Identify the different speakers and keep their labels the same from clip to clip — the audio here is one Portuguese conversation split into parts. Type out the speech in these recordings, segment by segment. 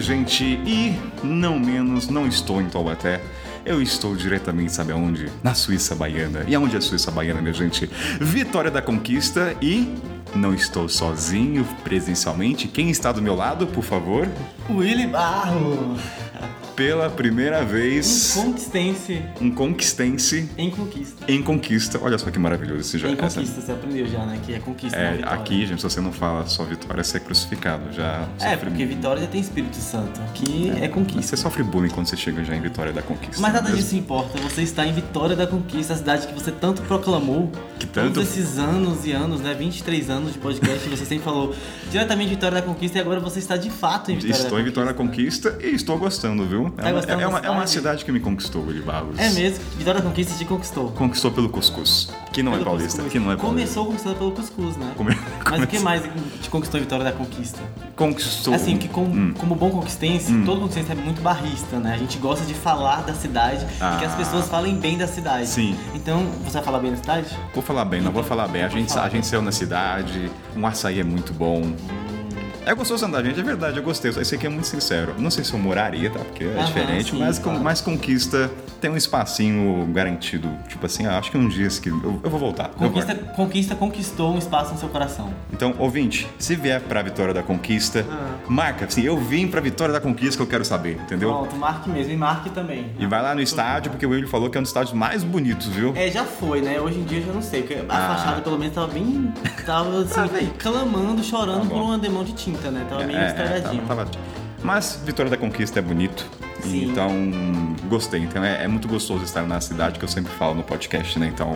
Speaker 1: gente! E, não menos, não estou em Taubaté. Eu estou diretamente, sabe aonde? Na Suíça Baiana. E aonde é a Suíça Baiana, minha gente? Vitória da Conquista e não estou sozinho presencialmente. Quem está do meu lado, por favor?
Speaker 2: Willy Barro,
Speaker 1: Pela primeira
Speaker 2: um
Speaker 1: vez,
Speaker 2: conquistense
Speaker 1: um conquistense
Speaker 2: em conquista.
Speaker 1: em conquista. Olha só que maravilhoso esse já.
Speaker 2: Em
Speaker 1: essa-
Speaker 2: conquista, você aprendeu já, né? Que é conquista. não
Speaker 1: É,
Speaker 2: vitória.
Speaker 1: aqui, gente, se você não fala só vitória, você é crucificado. Já
Speaker 2: É,
Speaker 1: sofre-
Speaker 2: porque Vitória já tem Espírito Santo. Aqui é, conquista.
Speaker 1: Você sofre bullying quando você chega já em Vitória da Conquista.
Speaker 2: Mas nada
Speaker 1: mesmo.
Speaker 2: disso importa, você está em Vitória da Conquista, a cidade que você tanto proclamou.
Speaker 1: Que tanto-
Speaker 2: Todos esses anos e anos, né? 23 anos de podcast, você sempre falou diretamente de Vitória da Conquista e agora você está de fato em Vitória da
Speaker 1: Estou em Vitória da Conquista e estou gostando, viu?
Speaker 2: Tá
Speaker 1: é, uma,
Speaker 2: gostando
Speaker 1: é, uma,
Speaker 2: da
Speaker 1: é uma
Speaker 2: cidade?
Speaker 1: cidade que me conquistou, Willy Barros.
Speaker 2: É mesmo, Vitória da Conquista te conquistou.
Speaker 1: Conquistou pelo cuscuz, que não é
Speaker 2: Pelo
Speaker 1: paulista,
Speaker 2: cuscuz. assim?
Speaker 1: que não é paulista.
Speaker 2: Começou conquistando pelo cuscuz, né?
Speaker 1: Come-
Speaker 2: Mas o que mais te conquistou em Vitória da Conquista?
Speaker 1: Conquistou. um- Hum.
Speaker 2: Assim, que com- como bom conquistense, todo conquistense é muito barrista, né? A gente gosta de falar da cidade e que as
Speaker 1: Ah.
Speaker 2: pessoas falem bem da cidade.
Speaker 1: Sim.
Speaker 2: Então, você vai falar bem da cidade?
Speaker 1: Vou falar bem, não vou falar bem. A gente,
Speaker 2: falar
Speaker 1: a gente saiu na cidade, um açaí é muito bom. É gostoso andar, gente, é verdade, eu gostei. Esse aqui é muito sincero. Não sei se eu moraria, tá? Porque é
Speaker 2: Aham,
Speaker 1: diferente,
Speaker 2: sim,
Speaker 1: mas, com-
Speaker 2: claro.
Speaker 1: mas conquista tem um espacinho garantido. Tipo assim, ah, acho que um dia esse aqui- eu, eu vou voltar. eu
Speaker 2: Conquista, conquista conquistou um espaço no seu coração.
Speaker 1: Então, ouvinte, se vier pra Vitória da Conquista,
Speaker 2: Ah.
Speaker 1: marca assim, eu vim pra Vitória da Conquista que eu quero saber, entendeu?
Speaker 2: Pronto, marque mesmo e marque também.
Speaker 1: E vai lá no estádio, porque o Will falou que é um dos estádios mais bonitos, viu?
Speaker 2: É, já foi, né? Hoje em dia eu já não sei, porque a
Speaker 1: Ah.
Speaker 2: fachada pelo menos tava bem. Tava assim, clamando, chorando
Speaker 1: Tá bom.
Speaker 2: por um andemão de tinta, né? Tava meio
Speaker 1: É, é,
Speaker 2: estragadinho.
Speaker 1: tava- tava- Mas Vitória da Conquista é bonito.
Speaker 2: Sim.
Speaker 1: Então, gostei. Então é, é muito gostoso estar na cidade que eu sempre falo no podcast, né? Então,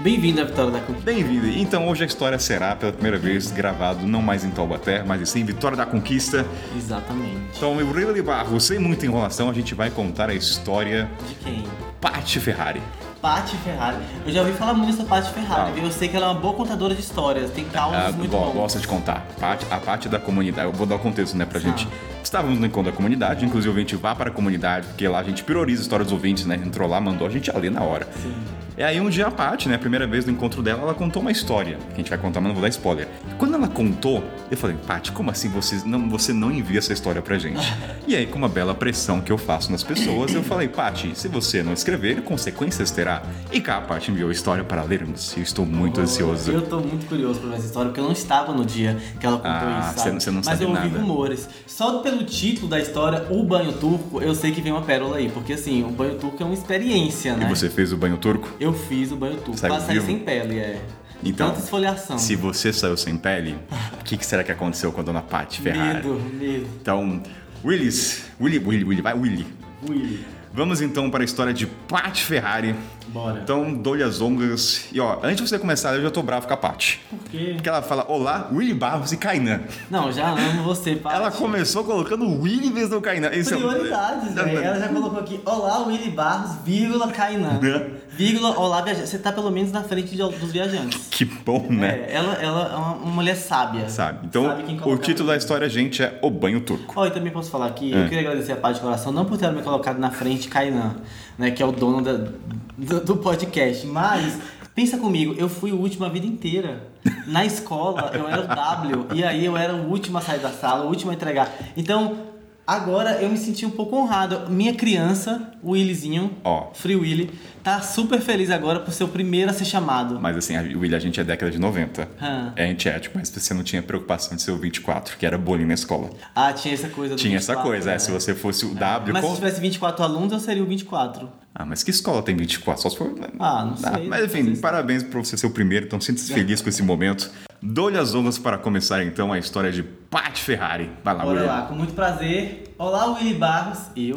Speaker 2: Bem-vindo à Vitória da Conquista.
Speaker 1: bem-vindo. Então hoje a história será pela primeira vez gravado não mais em Taubaté, mas sim em Vitória da Conquista.
Speaker 2: Exatamente.
Speaker 1: Então, meu Rila de Barro, sem muita enrolação, a gente vai contar a história
Speaker 2: De quem?
Speaker 1: Patti Ferrari.
Speaker 2: Paty Ferrari. Eu já ouvi falar muito dessa Paty Ferrari.
Speaker 1: Ah.
Speaker 2: viu? Eu sei que ela é uma boa contadora de histórias. Tem causas
Speaker 1: Ah,
Speaker 2: muito
Speaker 1: go-
Speaker 2: bons.
Speaker 1: gosta de contar. Parte- a parte da comunidade. Eu vou dar o contexto, né, pra
Speaker 2: Tá.
Speaker 1: gente. Estávamos no encontro da comunidade, inclusive o ouvinte vá para a comunidade, porque lá a gente prioriza a história dos ouvintes, né? Entrou lá, mandou a gente a ler na hora.
Speaker 2: Sim.
Speaker 1: E aí um dia a Paty, né, a primeira vez no encontro dela, ela contou uma história, que a gente vai contar, mas não vou dar spoiler. Quando ela contou, eu falei, Paty, como assim você não, você não envia essa história pra gente? e aí, com uma bela pressão que eu faço nas pessoas, eu falei, Paty, se você não escrever, consequências terá. E cá a Paty enviou a história para lermos, e eu estou é muito ansioso.
Speaker 2: Eu tô muito curioso pra ver essa história, porque eu não estava no dia que ela contou
Speaker 1: Ah,
Speaker 2: isso.
Speaker 1: você não- você não
Speaker 2: Mas
Speaker 1: sabe
Speaker 2: eu ouvi
Speaker 1: nada.
Speaker 2: rumores. Só pelo título da história, O Banho Turco, eu sei que vem uma pérola aí. Porque assim, o banho turco é uma experiência,
Speaker 1: E
Speaker 2: né?
Speaker 1: você fez o banho turco?
Speaker 2: Eu fiz o banho turco.
Speaker 1: Saiu
Speaker 2: Passei
Speaker 1: vivo?
Speaker 2: sem pele, é.
Speaker 1: Então,
Speaker 2: Tanta esfoliação.
Speaker 1: Se você saiu sem pele, o que, que será que aconteceu com a dona Paty Ferrari?
Speaker 2: Medo, medo.
Speaker 1: Então, Willis, Willy, Willy, Willy, vai Willy.
Speaker 2: Willy,
Speaker 1: Vamos então para a história de Paty Ferrari.
Speaker 2: bora.
Speaker 1: Então, dou-lhe as ongas. E ó, antes de você começar, eu já tô bravo com a Paty.
Speaker 2: Por quê?
Speaker 1: Porque ela fala, olá, Willy Barros e Kainan.
Speaker 2: Não, já amo você, Paty.
Speaker 1: Ela começou colocando Willy em vez do Kainan. Isso é-
Speaker 2: Prioridades,
Speaker 1: Não,
Speaker 2: velho.
Speaker 1: não.
Speaker 2: né? Ela já colocou aqui, olá Willy Barros, vírgula Kainan.
Speaker 1: Né?
Speaker 2: vírgula, olá viajante. Você tá pelo menos na frente de- dos viajantes.
Speaker 1: Que bom, né?
Speaker 2: É, ela, ela é uma uma mulher sábia.
Speaker 1: Sabe? Então,
Speaker 2: Sabe quem
Speaker 1: o
Speaker 2: colocar.
Speaker 1: título da história, gente, é O Banho Turco.
Speaker 2: Ó, e também posso falar que
Speaker 1: É.
Speaker 2: eu queria agradecer a Paz de Coração, não por ter me colocado na frente Kainan, né, que é o dono da- do, do podcast, mas pensa comigo, eu fui o último a vida inteira. Na escola eu era o W, e aí eu era o último a sair da sala, o último a entregar. Então, agora eu me senti um pouco honrado. Minha criança, o Willyzinho,
Speaker 1: Ó.
Speaker 2: Free Willy, tá super feliz agora por ser o primeiro a ser chamado.
Speaker 1: Mas assim, a- Willy, a gente é década de 90.
Speaker 2: Ah.
Speaker 1: É antiético, mas você não tinha preocupação de ser o 24, que era bullying na escola.
Speaker 2: Ah, tinha essa coisa do
Speaker 1: Tinha essa
Speaker 2: 24,
Speaker 1: coisa, é,
Speaker 2: né?
Speaker 1: se você fosse o W.
Speaker 2: Mas
Speaker 1: com-
Speaker 2: se tivesse 24 alunos, eu seria o 24.
Speaker 1: Ah, mas que escola tem 24? Só se for. né?
Speaker 2: Ah, não sei.
Speaker 1: mas enfim, parabéns por você ser o primeiro, então sinta-se feliz com esse momento. Dou-lhe as honras para começar então a história de Pat Ferrari. Vai lá,
Speaker 2: Bora
Speaker 1: William.
Speaker 2: lá, com muito prazer. Olá, Willy Barros. Eu,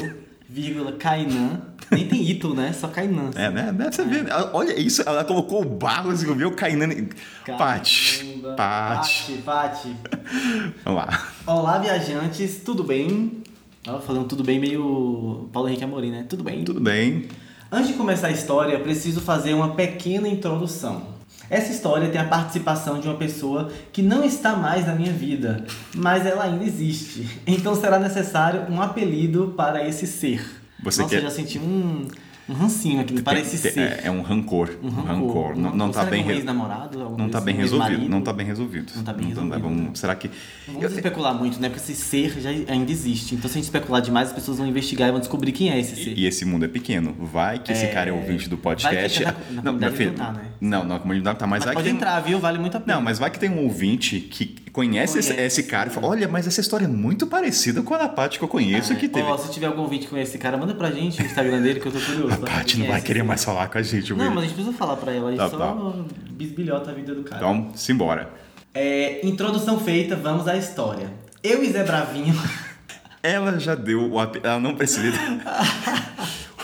Speaker 2: vírgula, Kainan. Nem tem Ito, né? Só Kainan.
Speaker 1: É, né? Deve ser ver. Olha isso, ela colocou o Barros e o meu Kainan. Pat.
Speaker 2: Caramba.
Speaker 1: Pat.
Speaker 2: Pati, Pati.
Speaker 1: Vamos lá.
Speaker 2: Olá, viajantes. Tudo bem? Ó, falando tudo bem meio Paulo Henrique Amorim, né? Tudo bem?
Speaker 1: Tudo bem?
Speaker 2: Antes de começar a história, preciso fazer uma pequena introdução. Essa história tem a participação de uma pessoa que não está mais na minha vida, mas ela ainda existe. Então será necessário um apelido para esse ser.
Speaker 1: Você
Speaker 2: Nossa,
Speaker 1: quer-
Speaker 2: eu já senti um. Um rancinho aquilo, parece
Speaker 1: Tem-
Speaker 2: ser.
Speaker 1: tem- É, é um rancor. Um rancor. Não, não tá
Speaker 2: será que
Speaker 1: bem.
Speaker 2: é um
Speaker 1: re-
Speaker 2: ex-namorado? alguma
Speaker 1: Não
Speaker 2: coisa
Speaker 1: tá bem
Speaker 2: assim, um
Speaker 1: resolvido.
Speaker 2: ex-marido?
Speaker 1: Não tá bem resolvido.
Speaker 2: Não tá bem
Speaker 1: Então,
Speaker 2: resolvido,
Speaker 1: vamos-
Speaker 2: né?
Speaker 1: será que.
Speaker 2: Não Vamos especular muito, né? Porque esse ser já ainda existe. Então, se a gente especular demais, as pessoas vão investigar e vão descobrir quem é esse ser.
Speaker 1: E esse mundo é pequeno. Vai que esse
Speaker 2: É,
Speaker 1: cara é ouvinte do
Speaker 2: vai que
Speaker 1: podcast.
Speaker 2: na- na
Speaker 1: não, meu
Speaker 2: comunidade
Speaker 1: filho.
Speaker 2: não tá, né?
Speaker 1: Não, na comunidade não tá, mas,
Speaker 2: Mas
Speaker 1: vai
Speaker 2: pode
Speaker 1: que tem-
Speaker 2: entrar, viu? Vale muito a pena.
Speaker 1: Não, mas vai que tem um ouvinte que conhece, esse-
Speaker 2: Conhece.
Speaker 1: esse cara e fala: olha, mas essa história é muito parecida com a da Paty que eu conheço
Speaker 2: Ah,
Speaker 1: e que teve.
Speaker 2: Né? Ó, se tiver algum vídeo com esse cara, manda pra gente o Instagram dele que eu tô curioso. tá? é
Speaker 1: a Paty não vai querer mais falar com a gente,
Speaker 2: Não,
Speaker 1: Will.
Speaker 2: mas a gente precisa falar pra ela. A gente
Speaker 1: Tá,
Speaker 2: só
Speaker 1: tá.
Speaker 2: bisbilhota a vida do cara.
Speaker 1: Então, simbora.
Speaker 2: É, introdução feita, vamos à história. Eu e Zé Bravinho.
Speaker 1: Ela já deu o apelido. Ela não precisa.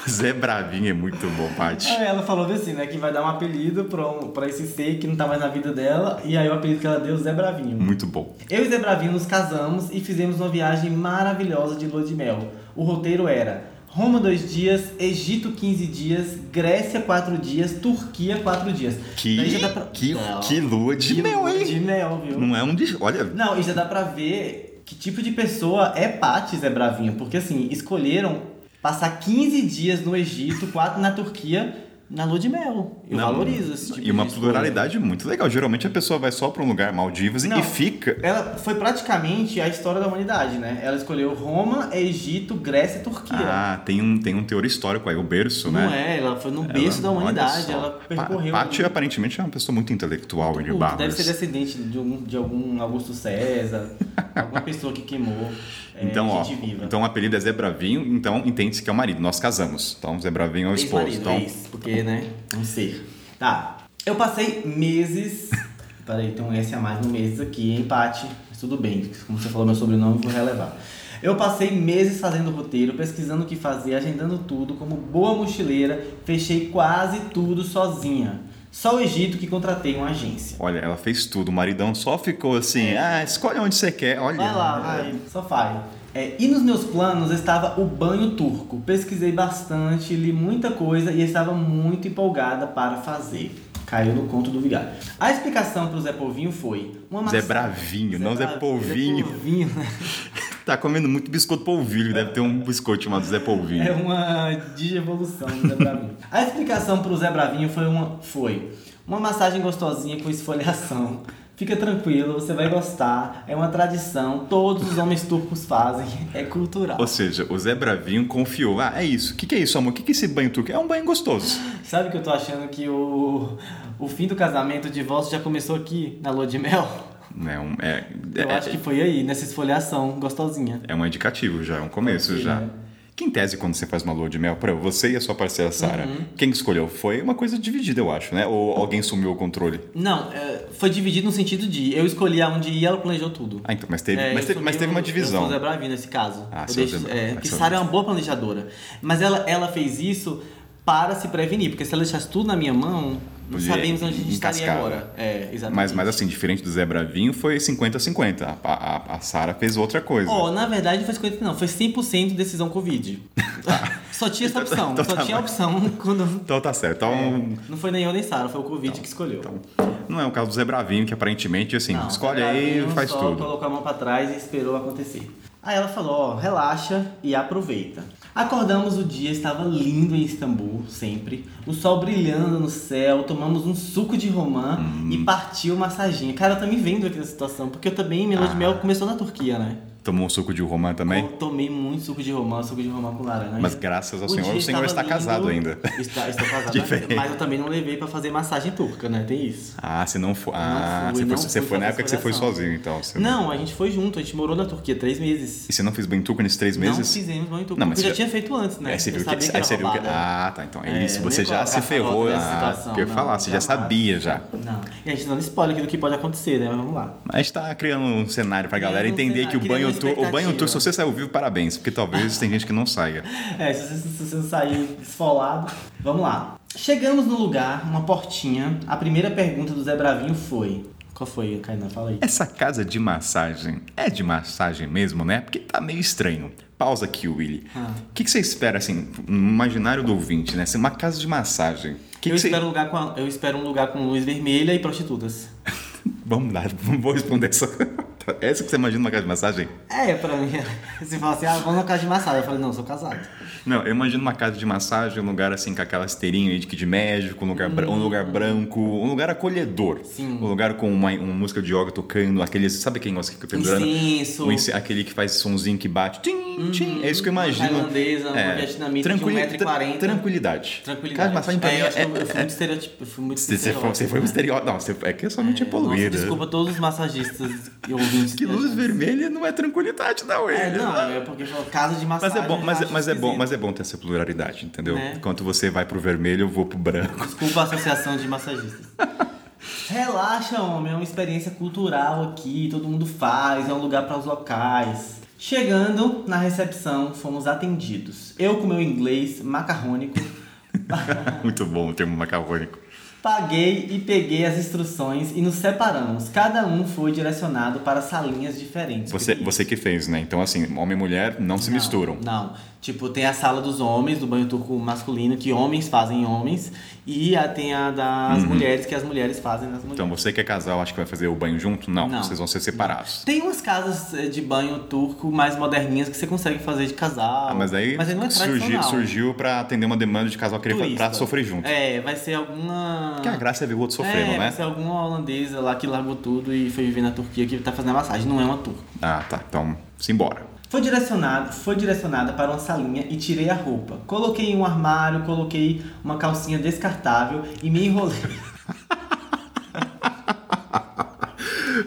Speaker 1: o Zé Bravinho é muito bom, Paty.
Speaker 2: Aí ela falou assim, né? Que vai dar um apelido pra, um, pra esse ser que não tá mais na vida dela. E aí o apelido que ela deu, Zé Bravinho.
Speaker 1: Muito bom.
Speaker 2: Eu e Zé Bravinho nos casamos e fizemos uma viagem maravilhosa de lua de mel. O roteiro era Roma dois dias, Egito 15 dias, Grécia quatro dias, Turquia quatro dias. Daí
Speaker 1: Que,
Speaker 2: já dá pra-
Speaker 1: que,
Speaker 2: Não.
Speaker 1: que lua de
Speaker 2: Que
Speaker 1: mel,
Speaker 2: lua
Speaker 1: hein?
Speaker 2: de mel, viu?
Speaker 1: Não é um de. Olha,
Speaker 2: Não, e já dá pra ver que tipo de pessoa é Paty Zé Bravinho. Porque assim, escolheram passar 15 dias no Egito, 4 na Turquia, na lua de mel. Eu
Speaker 1: Não.
Speaker 2: valorizo esse tipo
Speaker 1: e uma
Speaker 2: de escolha.
Speaker 1: pluralidade muito legal. Geralmente a pessoa vai só pra um lugar Maldivas
Speaker 2: Não.
Speaker 1: e fica.
Speaker 2: Ela foi praticamente a história da humanidade, né? Ela escolheu Roma, Egito, Grécia e Turquia.
Speaker 1: Ah, tem um, tem um teor histórico aí, o berço,
Speaker 2: é? Não
Speaker 1: né?
Speaker 2: é, ela foi no berço da humanidade, ela percorreu.
Speaker 1: Paty aparentemente é uma pessoa muito intelectual,
Speaker 2: tudo.
Speaker 1: William Barros.
Speaker 2: Deve ser descendente de, um, de algum Augusto César, alguma pessoa que queimou é,
Speaker 1: Então, ó,
Speaker 2: gente viva.
Speaker 1: então o apelido é Zé Bravinho, então entende-se que é o marido. Nós casamos. Então, Zé Bravinho é o esposo.
Speaker 2: Ex-marido,
Speaker 1: Então,
Speaker 2: ex, porque, né? Um ser. Tá. Eu passei meses. Peraí, tem um S a mais no meses aqui, empate. Mas tudo bem, como você falou meu sobrenome, vou relevar. Eu passei meses fazendo roteiro, pesquisando o que fazer, agendando tudo, como boa mochileira, fechei quase tudo sozinha. Só o Egito que contratei uma agência.
Speaker 1: olha, ela fez tudo. O maridão só ficou assim, ah, escolhe onde você quer. Olha.
Speaker 2: É. Vai lá, vai, Ah, só vai. É, e nos meus planos estava o banho turco. Pesquisei bastante, li muita coisa e estava muito empolgada para fazer. Caiu no conto do vigário. A explicação para o Zé Polvinho foi... Uma
Speaker 1: Zé
Speaker 2: maçã-
Speaker 1: Bravinho, não Zé
Speaker 2: Bra-
Speaker 1: Polvinho.
Speaker 2: Zé Polvinho, né?
Speaker 1: Tá comendo muito biscoito polvilho. Deve ter um biscoito chamado Zé Polvilho.
Speaker 2: É uma digievolução do Zé Bravinho. A explicação pro Zé Bravinho foi uma, foi uma massagem gostosinha com esfoliação. Fica tranquilo, você vai gostar. É uma tradição, todos os homens turcos fazem, é cultural.
Speaker 1: Ou seja, o Zé Bravinho confiou. Ah, é isso. O que, que é isso, amor? O que, que é esse banho turco? É um banho gostoso.
Speaker 2: Sabe que eu tô achando que o, o fim do casamento, o divórcio já começou aqui, na lua de mel?
Speaker 1: É, um, é,
Speaker 2: Eu
Speaker 1: é,
Speaker 2: acho que foi aí, nessa esfoliação gostosinha.
Speaker 1: é um indicativo já, é um começo
Speaker 2: Sim,
Speaker 1: já.
Speaker 2: né?
Speaker 1: Que em tese, quando você faz uma lua de mel para você e a sua parceira Sara,
Speaker 2: Uhum.
Speaker 1: quem escolheu? Foi uma coisa dividida, eu acho, né? Ou alguém sumiu o controle.
Speaker 2: Não, é, foi dividido no sentido de eu escolhi aonde ir e ela planejou tudo.
Speaker 1: Ah, então, mas teve,
Speaker 2: É,
Speaker 1: mas
Speaker 2: eu
Speaker 1: teve,
Speaker 2: sou
Speaker 1: mas
Speaker 2: meio-
Speaker 1: teve uma
Speaker 2: Eu sou Zé
Speaker 1: divisão.
Speaker 2: Bravinho nesse caso.
Speaker 1: Ah,
Speaker 2: eu
Speaker 1: seu
Speaker 2: deixo,
Speaker 1: Zé-
Speaker 2: é,
Speaker 1: ah,
Speaker 2: que
Speaker 1: seu
Speaker 2: Sara é
Speaker 1: Zé-
Speaker 2: uma boa planejadora. Mas ela, ela fez isso para se prevenir, porque se ela deixasse tudo na minha mão, não
Speaker 1: Podia
Speaker 2: sabemos onde a gente
Speaker 1: em
Speaker 2: estaria
Speaker 1: cascada.
Speaker 2: agora. É, exatamente.
Speaker 1: Mas, mas assim, diferente do Zé Bravinho, foi 50-50. A, a, a Sara fez outra coisa.
Speaker 2: Ó, na verdade não foi 50 não, foi 100% decisão Covid. só tinha essa opção,
Speaker 1: Então
Speaker 2: só
Speaker 1: tá
Speaker 2: tinha a
Speaker 1: bom.
Speaker 2: opção quando...
Speaker 1: Então tá certo. Então,
Speaker 2: Não foi nem eu nem Sara, foi o Covid que escolheu.
Speaker 1: não é o caso do Zé Bravinho, que aparentemente, assim,
Speaker 2: Não,
Speaker 1: escolhe
Speaker 2: Zé
Speaker 1: aí e
Speaker 2: Bravinho
Speaker 1: faz
Speaker 2: só
Speaker 1: tudo.
Speaker 2: colocou a mão pra trás e esperou acontecer. Aí ela falou, ó, relaxa e aproveita. Acordamos o dia, estava lindo em Istambul, sempre. O sol brilhando no céu, tomamos um suco de romã
Speaker 1: Hum.
Speaker 2: e partiu massaginha. Cara, eu tô me vendo aqui na situação, porque eu também, minha lua de mel começou na Turquia, né?
Speaker 1: Tomou um suco de romã Ah. também?
Speaker 2: Eu tomei muito suco de romã, suco de romã com laranja.
Speaker 1: Mas graças ao
Speaker 2: é? O
Speaker 1: Senhor,
Speaker 2: dia
Speaker 1: o Senhor está
Speaker 2: estava
Speaker 1: casado
Speaker 2: lindo.
Speaker 1: ainda.
Speaker 2: Está, estou casado
Speaker 1: Diferente.
Speaker 2: ainda, mas eu também não levei pra fazer massagem turca, né? Tem isso.
Speaker 1: Ah, você não foi. Ah,
Speaker 2: fui,
Speaker 1: você foi,
Speaker 2: não
Speaker 1: você
Speaker 2: fui
Speaker 1: foi na
Speaker 2: fazer
Speaker 1: época que você foi
Speaker 2: exploração.
Speaker 1: sozinho, então. Você
Speaker 2: Não, a gente foi junto, a gente morou na Turquia três meses.
Speaker 1: E você não fez banho turco nesses três
Speaker 2: Não
Speaker 1: meses?
Speaker 2: fizemos banho turco,
Speaker 1: Não, mas
Speaker 2: porque eu
Speaker 1: você-
Speaker 2: já tinha feito antes, né?
Speaker 1: Aí você
Speaker 2: Eu
Speaker 1: viu que,
Speaker 2: sabia que
Speaker 1: aí
Speaker 2: era
Speaker 1: você viu que-
Speaker 2: roubada.
Speaker 1: Ah, tá, então é
Speaker 2: É,
Speaker 1: isso.
Speaker 2: nem
Speaker 1: Você já
Speaker 2: colocar
Speaker 1: se
Speaker 2: a
Speaker 1: ferrou.
Speaker 2: foto nessa
Speaker 1: Ah,
Speaker 2: situação,
Speaker 1: porque eu ia
Speaker 2: não,
Speaker 1: falar, você já
Speaker 2: jamais.
Speaker 1: sabia já.
Speaker 2: Não. E a gente dando spoiler aqui do que pode acontecer, né? Mas vamos lá.
Speaker 1: Mas a gente tá criando um cenário pra galera
Speaker 2: Criando um
Speaker 1: entender que o
Speaker 2: cenário,
Speaker 1: banho
Speaker 2: criando uma
Speaker 1: turco. O banho turco, se
Speaker 2: expectativa.
Speaker 1: você saiu vivo, parabéns. Porque talvez tem gente que não saia.
Speaker 2: É, se você, se você sair esfolado, vamos lá. Chegamos no lugar, uma portinha. A primeira pergunta do Zé Bravinho foi... Qual foi, Kainan? Fala aí.
Speaker 1: Essa casa de massagem é de massagem mesmo, né? Porque tá meio estranho. Pausa aqui, Willy. O
Speaker 2: Ah.
Speaker 1: que, que você espera, assim, no imaginário do ouvinte, né? Assim, Uma casa de massagem. O que
Speaker 2: eu,
Speaker 1: que você...
Speaker 2: espero um lugar com a- eu espero um lugar com luz vermelha e prostitutas.
Speaker 1: Vamos lá, vou responder essa. Essa que você imagina uma casa de massagem?
Speaker 2: É, pra mim. Você fala assim, ah, vamos na casa de massagem. Eu falei, não, eu sou casado.
Speaker 1: Não, eu imagino uma casa de massagem, um lugar assim com aquela esteirinha aí de kit médico, um lugar, bran- um lugar branco, um lugar acolhedor.
Speaker 2: Hum. Sim.
Speaker 1: Um lugar com uma, uma música de yoga tocando, aqueles. Sabe quem gosta que fica pendurando?
Speaker 2: Incenso.
Speaker 1: né? O ince- aquele que faz sonzinho que bate. Tim, tim.
Speaker 2: Uhum.
Speaker 1: É isso que eu imagino.
Speaker 2: Tailandesa, uma vietnamita de
Speaker 1: É, tranquili-
Speaker 2: 1,40 m.
Speaker 1: tra- Tranquilidade.
Speaker 2: Tranquilidade.
Speaker 1: Casa de massagem pra
Speaker 2: É,
Speaker 1: mim
Speaker 2: eu, acho que
Speaker 1: é-
Speaker 2: eu- eu fui muito estereotipo. Eu fui muito
Speaker 1: Você, você foi,
Speaker 2: estereótipo.
Speaker 1: você foi um estereótipo. Não, você, é que sua mente é
Speaker 2: Nossa,
Speaker 1: poluída.
Speaker 2: desculpa todos os massagistas e ouvintes.
Speaker 1: Que luz vermelha não é tranquilidade, não, ele.
Speaker 2: É, não, é porque falou casa de
Speaker 1: Mas
Speaker 2: massagem.
Speaker 1: é, bom, mas, é-
Speaker 2: eu
Speaker 1: mas, é
Speaker 2: acho
Speaker 1: bom,
Speaker 2: esquisito.
Speaker 1: mas é bom ter essa pluralidade, entendeu?
Speaker 2: Né?
Speaker 1: Enquanto você vai pro vermelho, eu vou pro branco.
Speaker 2: Desculpa a associação de massagistas. Relaxa, homem, é uma experiência cultural aqui, todo mundo faz, é um lugar para os locais. Chegando na recepção, fomos atendidos. Eu com meu inglês macarrônico, É.
Speaker 1: Muito bom o termo macarrônico.
Speaker 2: paguei e peguei as instruções e nos separamos. Cada um foi direcionado para salinhas diferentes.
Speaker 1: Você,
Speaker 2: Porque-
Speaker 1: você que fez, né? Então, assim, homem e mulher não se
Speaker 2: é Não,
Speaker 1: misturam.
Speaker 2: Não. Tipo, tem a sala dos homens, do banho turco masculino, que homens fazem em homens, e a, tem a das
Speaker 1: Uhum.
Speaker 2: mulheres, que as mulheres fazem nas mulheres.
Speaker 1: Então, você que é casal, acha que vai fazer o banho junto? Não,
Speaker 2: Não.
Speaker 1: vocês vão ser separados.
Speaker 2: Tem umas casas eh, de banho turco mais moderninhas que você consegue fazer de casal.
Speaker 1: Ah, mas aí,
Speaker 2: não é
Speaker 1: surgiu,
Speaker 2: tradicional.
Speaker 1: surgiu pra atender uma demanda de casal querer
Speaker 2: Turista.
Speaker 1: pra sofrer junto.
Speaker 2: É, vai ser alguma.
Speaker 1: Porque a graça é ver o outro
Speaker 2: é,
Speaker 1: sofrendo,
Speaker 2: vai
Speaker 1: né?
Speaker 2: ser alguma holandesa lá que largou tudo e foi viver na Turquia que tá fazendo a massagem, não é uma turca.
Speaker 1: Ah, tá. Então, simbora.
Speaker 2: Foi direcionado, foi direcionada para uma salinha e tirei a roupa. Coloquei em um armário, coloquei uma calcinha descartável e me enrolei.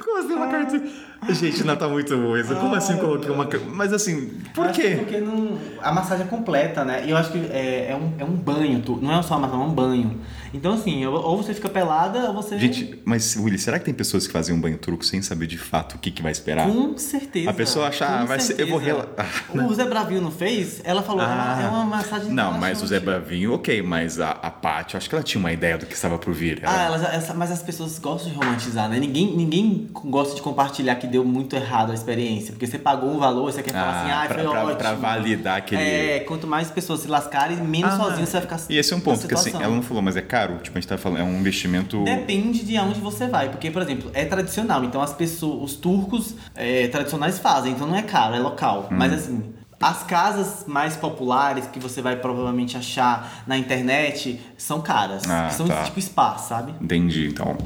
Speaker 1: Como assim
Speaker 2: Ah.
Speaker 1: uma carta? Gente, não tá muito bom isso. Como assim coloquei uma. ca- Mas assim, por
Speaker 2: Acho que
Speaker 1: quê?
Speaker 2: Porque não, a massagem é completa, né? E eu acho que é, é um, é um banho, tu- não é só uma massagem, é um banho. Então, assim, ou- ou você fica pelada ou você.
Speaker 1: Gente, mas Willy, será que tem pessoas que fazem um banho turco sem saber de fato o que, que vai esperar?
Speaker 2: Com certeza.
Speaker 1: A pessoa acha,
Speaker 2: com
Speaker 1: ah, vai ser- eu vou
Speaker 2: certeza.
Speaker 1: rela-
Speaker 2: O Zé Bravio não fez? Ela falou, ah, é uma massagem
Speaker 1: Não, mas o Zé
Speaker 2: relaxante.
Speaker 1: Bravinho, ok, mas a, a Paty, eu acho que ela tinha uma ideia do que estava por vir. Ela-
Speaker 2: Ah, elas, essa- mas as pessoas gostam de romantizar, né? Ninguém, ninguém gosta de compartilhar que deu muito errado a experiência. Porque você pagou um valor, você quer falar assim, ah,
Speaker 1: pra,
Speaker 2: foi
Speaker 1: pra-
Speaker 2: ótimo.
Speaker 1: pra validar aquele.
Speaker 2: É, quanto mais pessoas se lascarem, menos
Speaker 1: Ah,
Speaker 2: sozinho você vai ficar
Speaker 1: E esse é um
Speaker 2: na
Speaker 1: ponto, porque assim,
Speaker 2: situação.
Speaker 1: ela não falou, mas é caro, tipo, a gente tá falando, é um investimento.
Speaker 2: Depende de aonde você vai, porque, por exemplo, é tradicional, então as pessoas, os turcos é, tradicionais fazem, então não é caro, é local.
Speaker 1: Hum.
Speaker 2: Mas assim, as casas mais populares que você vai provavelmente achar na internet são caras.
Speaker 1: Ah,
Speaker 2: são
Speaker 1: tá.
Speaker 2: tipo spa, sabe?
Speaker 1: Entendi, então.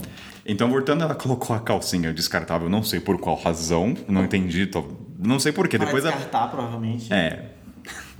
Speaker 1: Então, voltando, ela colocou a calcinha descartável, não sei por qual razão, não entendi, tô- não sei porquê.
Speaker 2: Pra
Speaker 1: Depois a-
Speaker 2: descartar, provavelmente.
Speaker 1: É.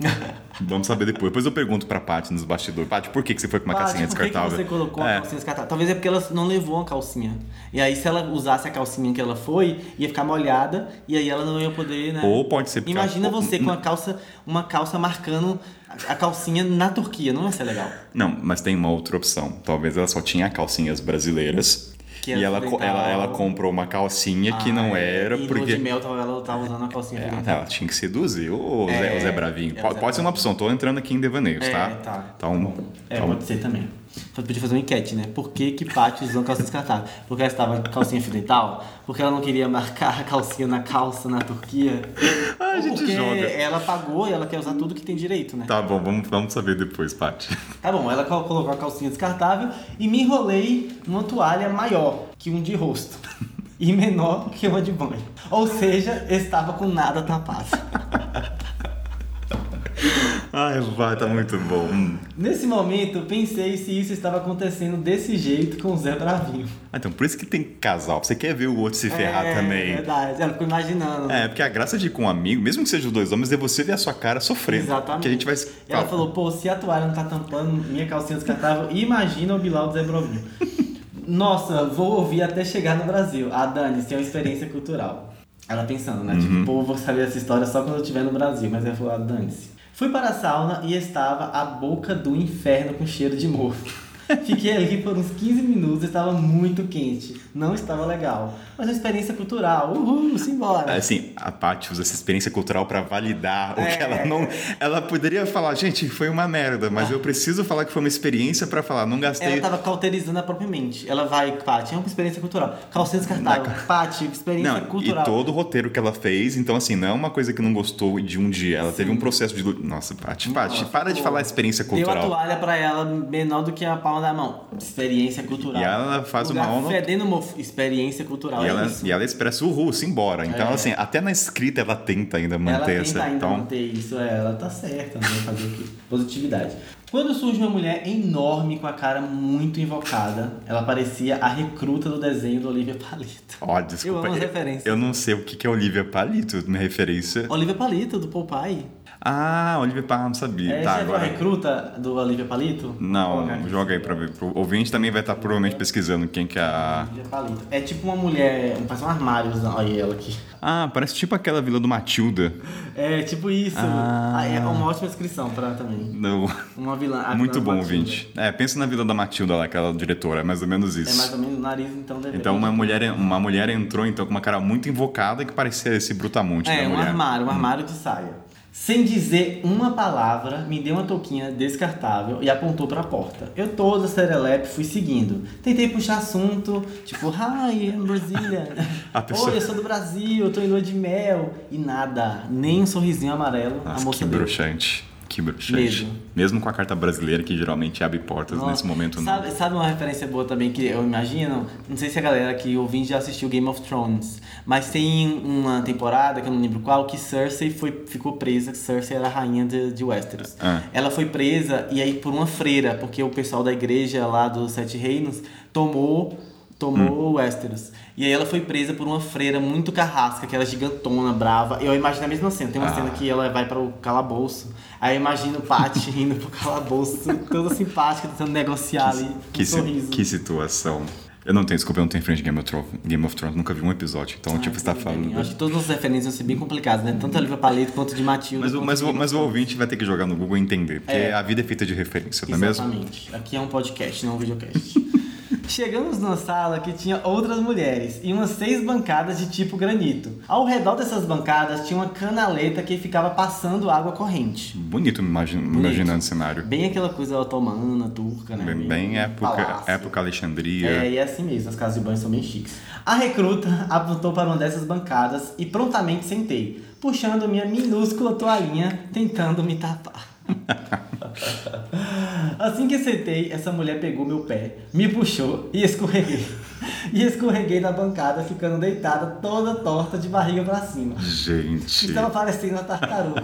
Speaker 1: Vamos saber depois. Depois eu pergunto pra Paty nos bastidores. Paty, por que, que você foi com uma
Speaker 2: Paty,
Speaker 1: calcinha
Speaker 2: por Ah, tipo, que que
Speaker 1: descartável?
Speaker 2: você colocou
Speaker 1: É.
Speaker 2: a calcinha descartável? Talvez é porque ela não levou uma calcinha. E aí, se ela usasse a calcinha que ela foi, ia ficar molhada e aí ela não ia poder, né?
Speaker 1: Ou pode ser porque
Speaker 2: Imagina
Speaker 1: ela-
Speaker 2: você com a calça, uma calça marcando a a calcinha na Turquia, não ia ser legal.
Speaker 1: Não, mas tem uma outra opção. Talvez ela só tinha calcinhas brasileiras.
Speaker 2: Que
Speaker 1: e ela,
Speaker 2: ela é.
Speaker 1: co- ela, ela comprou uma calcinha que não era,
Speaker 2: Ah, e
Speaker 1: porque.
Speaker 2: E de mel tava- ela tava usando a calcinha.
Speaker 1: É,
Speaker 2: oriental.
Speaker 1: ela tinha que seduzir o Zé,
Speaker 2: É,
Speaker 1: o Zé Bravinho.
Speaker 2: é o
Speaker 1: pode
Speaker 2: Zé
Speaker 1: pode ser uma opção, tô entrando aqui em devaneios,
Speaker 2: É,
Speaker 1: tá?
Speaker 2: tá.
Speaker 1: Então,
Speaker 2: É,
Speaker 1: então-
Speaker 2: pode ser também. Você podia fazer uma enquete, né? Por que que Paty usou calcinha descartável? Porque ela estava com calcinha fio dental? Porque ela não queria marcar a calcinha na calça na Turquia?
Speaker 1: Ah, a
Speaker 2: Ou
Speaker 1: gente
Speaker 2: porque
Speaker 1: joga.
Speaker 2: ela pagou e ela quer usar tudo que tem direito, né? Tá,
Speaker 1: tá bom, vamos, vamos saber depois, Paty.
Speaker 2: bom, ela col- colocou a calcinha descartável e me enrolei numa toalha maior que um de rosto. E menor que uma de banho. Ou seja, estava com nada tapado.
Speaker 1: Ai, vai, tá muito bom. Hum.
Speaker 2: Nesse momento, pensei se isso estava acontecendo desse jeito com o Zé Bravinho.
Speaker 1: Ah, Então, por isso que tem casal. Você quer ver o outro se ferrar
Speaker 2: é,
Speaker 1: também.
Speaker 2: verdade. Ela ficou imaginando. né?
Speaker 1: É, porque a graça de ir com um amigo, mesmo que seja os dois homens, é você ver a sua cara sofrendo.
Speaker 2: Exatamente.
Speaker 1: Que a gente vai. se-
Speaker 2: Ela falou, pô, se a toalha não tá tampando minha calcinha descartável, imagina o Bilal do Zé Bravinho. Nossa, vou ouvir até chegar no Brasil. Ah, Dani, isso é uma experiência cultural. Ela pensando, né?
Speaker 1: Uhum.
Speaker 2: Tipo, pô, eu vou saber essa história só quando eu estiver no Brasil. Mas ela falou, ah, dane-se. Fui para a sauna e estava a boca do inferno com cheiro de mofo. Fiquei ali por uns 15 minutos, estava muito quente. Não estava legal. Mas é uma experiência cultural. Uhul, simbora.
Speaker 1: Assim, a Paty usa essa experiência cultural pra validar o
Speaker 2: É.
Speaker 1: que ela não. Ela poderia falar, gente, foi uma merda, mas eu preciso falar que foi uma experiência pra falar, não
Speaker 2: Ela
Speaker 1: gastei.
Speaker 2: tava cauterizando a própria mente. Ela vai, Paty, é uma experiência cultural. Calcinha descartável, Paty, experiência
Speaker 1: Não,
Speaker 2: cultural.
Speaker 1: e todo o roteiro que ela fez, então assim, não é uma coisa que não gostou de um dia. Ela teve um processo de. lu- Nossa, Paty, Paty,
Speaker 2: Nossa,
Speaker 1: para de
Speaker 2: pô.
Speaker 1: falar experiência
Speaker 2: Deu a
Speaker 1: cultural.
Speaker 2: toalha pra ela menor do que a palma palma da mão. Experiência cultural.
Speaker 1: E ela faz uma
Speaker 2: Lugar
Speaker 1: aula-
Speaker 2: Fedendo mofo. Experiência cultural.
Speaker 1: E
Speaker 2: é
Speaker 1: ela,
Speaker 2: isso.
Speaker 1: e ela expressa o ru, se embora. Então,
Speaker 2: É.
Speaker 1: assim, até na escrita ela tenta ainda
Speaker 2: Ela
Speaker 1: manter
Speaker 2: tenta
Speaker 1: essa.
Speaker 2: ainda
Speaker 1: então,
Speaker 2: manter isso, é, ela tá certa, né? Fazer o quê? Positividade. Quando surge uma mulher enorme com a cara muito invocada, ela parecia a recruta do desenho do Olivia Palito.
Speaker 1: ó, desculpa.
Speaker 2: amo as referências.
Speaker 1: eu não sei o que que é Olivia Palito, minha referência.
Speaker 2: Olivia Palito, do Popeye.
Speaker 1: Ah, Olivia Palito, não sabia.
Speaker 2: É,
Speaker 1: tá,
Speaker 2: você viu a
Speaker 1: agora.
Speaker 2: recruta do Olivia Palito? é Vou
Speaker 1: Não,
Speaker 2: colocar aqui.
Speaker 1: joga aí pra ver. O ouvinte também vai estar provavelmente pesquisando quem que é a.
Speaker 2: Olivia Palito. É tipo uma mulher, parece um armário, olha ela aqui.
Speaker 1: Ah, parece tipo aquela vila do Matilda.
Speaker 2: É, tipo isso.
Speaker 1: Ah.
Speaker 2: Ah, é uma ótima descrição pra também.
Speaker 1: No...
Speaker 2: Uma vilã. a
Speaker 1: Muito
Speaker 2: vilã
Speaker 1: bom,
Speaker 2: Ah, Matilda.
Speaker 1: ouvinte. É, pensa na vila da Matilda lá, aquela diretora, é mais ou menos
Speaker 2: É mais
Speaker 1: isso.
Speaker 2: ou menos o nariz, então deve
Speaker 1: Então uma mulher, uma mulher entrou então com uma cara muito invocada que parecia esse brutamonte
Speaker 2: É,
Speaker 1: da
Speaker 2: um
Speaker 1: mulher. Hum.
Speaker 2: armário, um armário de saia. Sem dizer uma palavra, me deu uma touquinha descartável e apontou pra porta. Eu toda serelepe fui seguindo. Tentei puxar assunto, tipo, hi, I'm Brasília.
Speaker 1: A pessoa-
Speaker 2: Oi, eu sou do Brasil, tô em lua de mel. E nada, nem um sorrisinho amarelo a
Speaker 1: Nossa,
Speaker 2: moça
Speaker 1: que
Speaker 2: deu.
Speaker 1: bruxante. Que bruxante.
Speaker 2: Medo.
Speaker 1: Mesmo com a carta brasileira que geralmente abre portas
Speaker 2: Nossa,
Speaker 1: nesse momento não.
Speaker 2: sabe, sabe uma referência boa também que eu imagino? Não sei se a galera que ouvindo já assistiu Game of Thrones, mas tem uma temporada, que eu não lembro qual, que Cersei foi, ficou presa, que Cersei era a rainha de, de Westeros.
Speaker 1: Ah.
Speaker 2: Ela foi presa e aí por uma freira, porque o pessoal da igreja lá dos Sete Reinos tomou
Speaker 1: Hum.
Speaker 2: tomou Westeros. E aí ela foi presa por uma freira muito carrasca, que era gigantona, brava. Eu imagino a mesma cena. Tem uma
Speaker 1: Ah.
Speaker 2: cena que ela vai para o calabouço. Aí eu imagino Paty rindo pro calabouço, toda simpática, tentando negociar ali,
Speaker 1: Que,
Speaker 2: um
Speaker 1: si-
Speaker 2: sorriso.
Speaker 1: que situação. Eu não tenho, desculpa, eu não tenho frente de Game of Thrones, Game of Thrones nunca vi um episódio. Então, tipo, você tá falando.
Speaker 2: Ah, Eu acho que todas as referências vão ser bem complicadas, né? Tanto a Olivia Palito quanto de Matilda.
Speaker 1: Mas, o-
Speaker 2: quanto
Speaker 1: mas,
Speaker 2: de-
Speaker 1: o- mas o ouvinte vai ter que jogar no Google e entender, porque
Speaker 2: É.
Speaker 1: a vida é feita de referência, não é mesmo?
Speaker 2: Exatamente. Aqui é um podcast, não um videocast. Chegamos numa sala que tinha outras mulheres e umas seis bancadas de tipo granito. Ao redor dessas bancadas tinha uma canaleta que ficava passando água corrente.
Speaker 1: Bonito me imagin-
Speaker 2: Bonito.
Speaker 1: imaginando o cenário.
Speaker 2: Bem aquela coisa otomana, turca, né?
Speaker 1: Bem, bem época,
Speaker 2: palácio.
Speaker 1: época Alexandria.
Speaker 2: É, e é assim mesmo, as casas de banho são bem chiques. A recruta apontou para uma dessas bancadas e prontamente sentei, puxando minha minúscula toalhinha, tentando me tapar. Assim que sentei, essa mulher pegou meu pé, me puxou e escorreguei. E escorreguei na bancada, ficando deitada toda torta de barriga para cima.
Speaker 1: Gente.
Speaker 2: Estava parecendo uma tartaruga.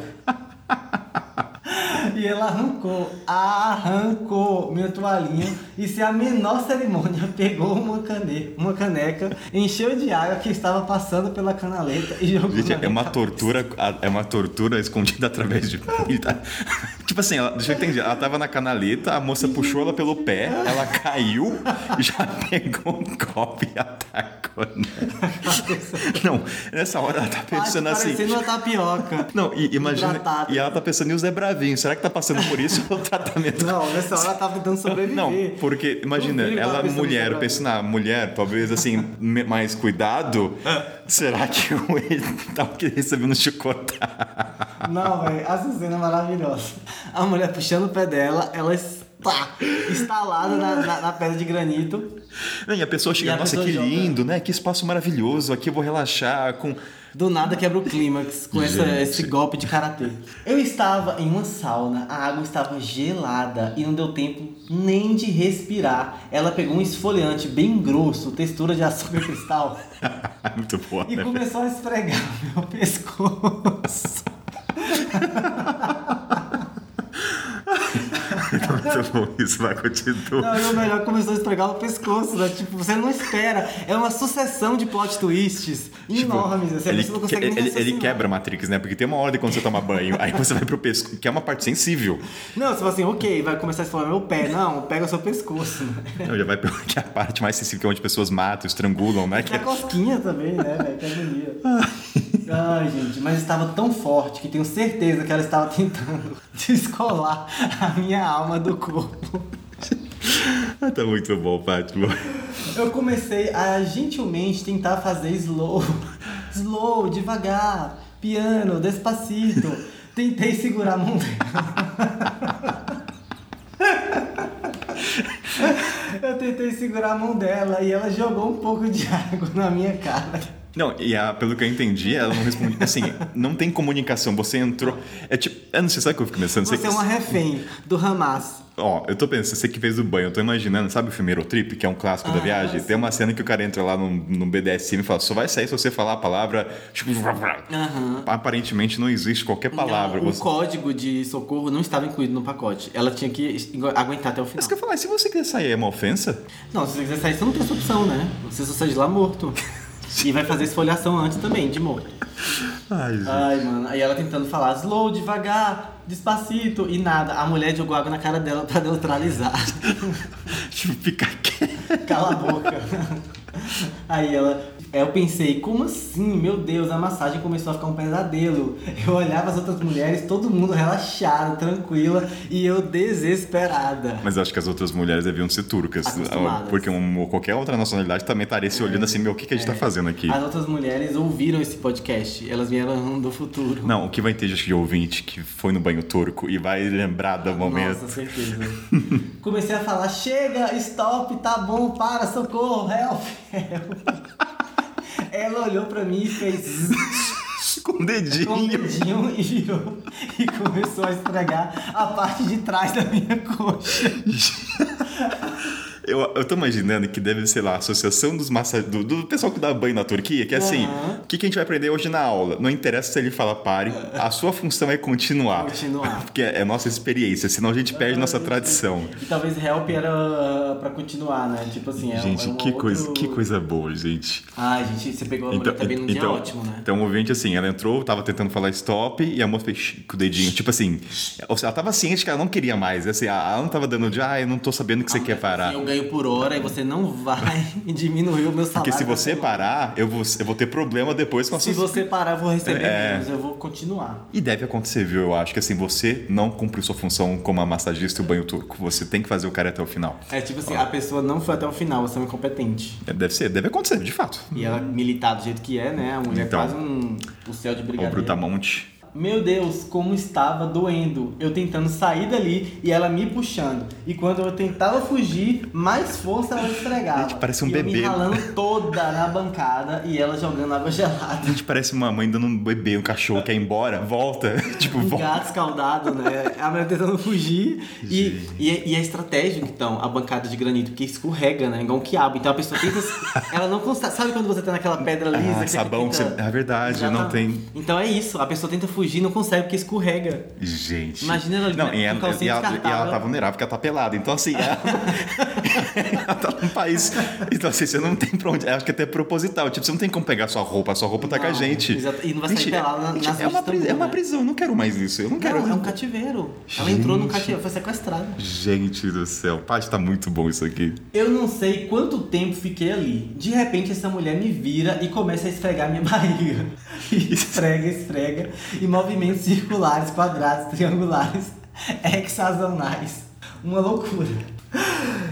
Speaker 2: e ela arrancou, arrancou minha toalhinha e sem a menor cerimônia pegou uma, cane uma caneca, encheu de água que estava passando pela canaleta e jogou
Speaker 1: Gente,
Speaker 2: na
Speaker 1: é
Speaker 2: minha
Speaker 1: uma
Speaker 2: cara.
Speaker 1: tortura, é uma tortura escondida através de. tipo assim, ela, deixa eu entender. Ela tava na canaleta, a moça puxou ela pelo pé, ela caiu, já pegou um copo e atacou. nela. Não, nessa hora ela tá pensando assim.
Speaker 2: Parecendo uma tapioca.
Speaker 1: Não, e imagina.
Speaker 2: Hidratada.
Speaker 1: E ela tá pensando, e o Zé Bravinho? Será que tá passando por isso o tratamento?
Speaker 2: Não, nessa hora ela tava tentando sobreviver.
Speaker 1: Não, porque imagina,
Speaker 2: Duvido que ela
Speaker 1: ela
Speaker 2: pensou
Speaker 1: mulher,
Speaker 2: nisso,
Speaker 1: eu penso na mulher, talvez assim, me- mais cuidado.
Speaker 2: Ah.
Speaker 1: Será que o ele tá recebendo chicotada?
Speaker 2: Não, velho, essa cena é maravilhosa. A mulher puxando o pé dela, ela está instalada na, na- na pedra de granito.
Speaker 1: Não, E a pessoa chega,
Speaker 2: E a
Speaker 1: nossa,
Speaker 2: pessoa
Speaker 1: que
Speaker 2: joga.
Speaker 1: lindo, né? Que espaço maravilhoso, aqui eu vou relaxar com.
Speaker 2: Do nada quebra o clímax com essa-
Speaker 1: Gente.
Speaker 2: esse golpe de karatê. Eu estava em uma sauna, a água estava gelada e não deu tempo nem de respirar. Ela pegou um esfoliante bem grosso, textura de açúcar cristal,
Speaker 1: Muito boa,
Speaker 2: e
Speaker 1: né?
Speaker 2: começou a esfregar meu pescoço.
Speaker 1: Muito bom, isso vai continuar.
Speaker 2: Não, e o melhor começou a esfregar o pescoço, né? Tipo, você não espera. É uma sucessão de plot twists enormes. assim, a
Speaker 1: Tipo, ele,
Speaker 2: pessoa não consegue assim,
Speaker 1: ele-
Speaker 2: nem
Speaker 1: ele
Speaker 2: raciocinar.
Speaker 1: quebra a Matrix, né? Porque tem uma ordem quando você toma banho, aí você vai pro pescoço, que é uma parte sensível.
Speaker 2: Não, você fala assim, ok, vai começar a esfolar meu pé. Não, pega o seu pescoço, né?
Speaker 1: Não, já vai pelo que é a parte mais sensível, que é onde pessoas matam, estrangulam, né? Que
Speaker 2: E a
Speaker 1: é-
Speaker 2: cosquinha também, né, velho? Que agonia. Ai, gente, mas estava tão forte que tenho certeza que ela estava tentando descolar a minha alma do corpo.
Speaker 1: Ah, tá muito bom, Fátima.
Speaker 2: Eu comecei a gentilmente tentar fazer slow, slow, devagar, piano, despacito. Tentei segurar a mão dela. Eu tentei segurar a mão dela e ela jogou um pouco de água na minha cara.
Speaker 1: Não, e a- pelo que eu entendi, ela não responde. Assim, não tem comunicação. Você entrou. É tipo. Eu não sei, sabe o que eu fico pensando?
Speaker 2: Você é uma refém do Hamas.
Speaker 1: Ó, eu tô pensando, você que fez o banho, eu tô imaginando, sabe o filme Eurotrip, que é um clássico da
Speaker 2: Ah,
Speaker 1: viagem?
Speaker 2: sim.
Speaker 1: Tem uma cena que o cara entra lá num, num BDSM e fala, só vai sair se você falar a palavra. tipo,
Speaker 2: Aham.
Speaker 1: Aparentemente não existe qualquer palavra.
Speaker 2: Não, o
Speaker 1: você...
Speaker 2: código de socorro não estava incluído no pacote. Ela tinha que es- aguentar até o final.
Speaker 1: Mas que eu falar, se você quiser sair, é uma ofensa?
Speaker 2: Não, se você quiser sair, você não tem essa opção, né? Você só sai de lá morto. E vai fazer esfoliação antes também, de morto.
Speaker 1: Ai, gente.
Speaker 2: Ai, mano. Aí ela tentando falar slow, devagar, despacito e nada. A mulher jogou água na cara dela pra neutralizar.
Speaker 1: Tipo, fica quieto.
Speaker 2: Cala a boca. Aí ela. aí Eu pensei, como assim? Meu Deus, a massagem começou a ficar um pesadelo. Eu olhava as outras mulheres, todo mundo relaxado, tranquila, e eu desesperada.
Speaker 1: Mas eu acho que as outras mulheres deviam ser turcas. né?
Speaker 2: Acostumadas. É.
Speaker 1: Porque um- qualquer outra nacionalidade também estaria se olhando assim, meu, o que, que a gente tá fazendo aqui?
Speaker 2: As outras mulheres ouviram esse podcast, elas vieram do futuro.
Speaker 1: Não, o que vai ter gente de ouvinte que foi no banho turco e vai lembrar do momento.
Speaker 2: Nossa, certeza. Comecei a falar, chega, stop, tá bom, para, socorro, help, help. Ela olhou pra mim e fez
Speaker 1: Com o dedinho.
Speaker 2: com o dedinho e virou. E começou a estragar a parte de trás da minha coxa.
Speaker 1: Eu, eu tô imaginando que deve, sei lá, a associação dos massa... do, do pessoal que dá banho na Turquia, que é assim,
Speaker 2: Aham.
Speaker 1: o que, que a gente vai aprender hoje na aula? Não interessa se ele fala pare, a sua função é continuar.
Speaker 2: Continuar. Ah,
Speaker 1: Porque é é nossa experiência, senão a gente perde nossa tradição.
Speaker 2: E talvez help era pra continuar, né? Tipo assim, é um-
Speaker 1: Gente,
Speaker 2: é um
Speaker 1: que, coisa,
Speaker 2: outro-
Speaker 1: que coisa boa, gente.
Speaker 2: Ai, gente, você pegou a mulher também num dia ótimo, né?
Speaker 1: Então, o ouvinte, assim, ela entrou, tava tentando falar stop e a moça fez shh com o dedinho. Tipo assim, ou seja, ela tava ciente que ela não queria mais. Assim, a- ela não tava dando de, ah, eu não tô sabendo que você quer parar.
Speaker 2: assim, Eu ganho por hora e você não vai diminuir o meu salário.
Speaker 1: Porque se
Speaker 2: da
Speaker 1: você
Speaker 2: semana.
Speaker 1: parar, eu vou, eu vou ter problema depois com a
Speaker 2: né? Se
Speaker 1: sua...
Speaker 2: você parar, eu vou receber
Speaker 1: É.
Speaker 2: menos, eu vou continuar.
Speaker 1: E deve acontecer, viu? Eu acho que assim, você não cumpriu sua função como a massagista e o banho turco. Você tem que fazer o cara até o final.
Speaker 2: É tipo assim, a pessoa não foi até o final, você é um incompetente.
Speaker 1: É, Deve ser, deve acontecer, de fato.
Speaker 2: E ela militar do jeito que é, né? A mulher
Speaker 1: Então.
Speaker 2: faz um, o céu de
Speaker 1: Ó, O
Speaker 2: brigadeiro.
Speaker 1: Brutamonte.
Speaker 2: Meu Deus, como estava doendo. Eu tentando sair dali e ela me puxando. E quando eu tentava fugir, mais força ela esfregava.
Speaker 1: Gente, parece um
Speaker 2: e Eu
Speaker 1: bebê.
Speaker 2: me ralando toda na bancada e ela jogando água
Speaker 1: A
Speaker 2: gelada.
Speaker 1: gente parece uma mãe dando um bebê, um cachorro quer ir embora, volta. tipo,
Speaker 2: Um
Speaker 1: volta.
Speaker 2: gato escaldado, né? A mulher tentando fugir. E, e, e é estratégico, então, a bancada de granito, porque escorrega, né? Igual um quiabo. Então a pessoa tenta. ela não consegue. Sabe quando você tá naquela pedra lisa?
Speaker 1: Ah,
Speaker 2: que tá. você
Speaker 1: sabão,
Speaker 2: tenta-
Speaker 1: você- é verdade, não tem-
Speaker 2: Então é isso. A pessoa tenta fugir não consegue, porque escorrega.
Speaker 1: Gente.
Speaker 2: Imagina ela ali
Speaker 1: Não,
Speaker 2: com
Speaker 1: e ela,
Speaker 2: calcinha
Speaker 1: e, ela, e ela
Speaker 2: descartável.
Speaker 1: tá vulnerável porque ela tá pelada. Então, assim, ela, ela tá num país. Então, assim, você não tem pra onde. Acho que até é proposital. Tipo, você não tem como pegar sua roupa, sua roupa tá com a
Speaker 2: Não,
Speaker 1: gente.
Speaker 2: exato. E não vai sair pelada na- nas
Speaker 1: é, uma,
Speaker 2: ruas de
Speaker 1: pri- é
Speaker 2: Istambul,
Speaker 1: uma
Speaker 2: né?
Speaker 1: prisão, eu não quero mais isso. Eu não quero.
Speaker 2: Não, é um cativeiro. Ela
Speaker 1: Gente.
Speaker 2: entrou num cativeiro, foi sequestrada.
Speaker 1: Gente do céu, Paty, tá muito bom isso aqui.
Speaker 2: Eu não sei quanto tempo fiquei ali. De repente, essa mulher me vira e começa a esfregar minha barriga. E esfrega, esfrega. E movimentos circulares, quadrados, triangulares, hexazonais. Uma loucura.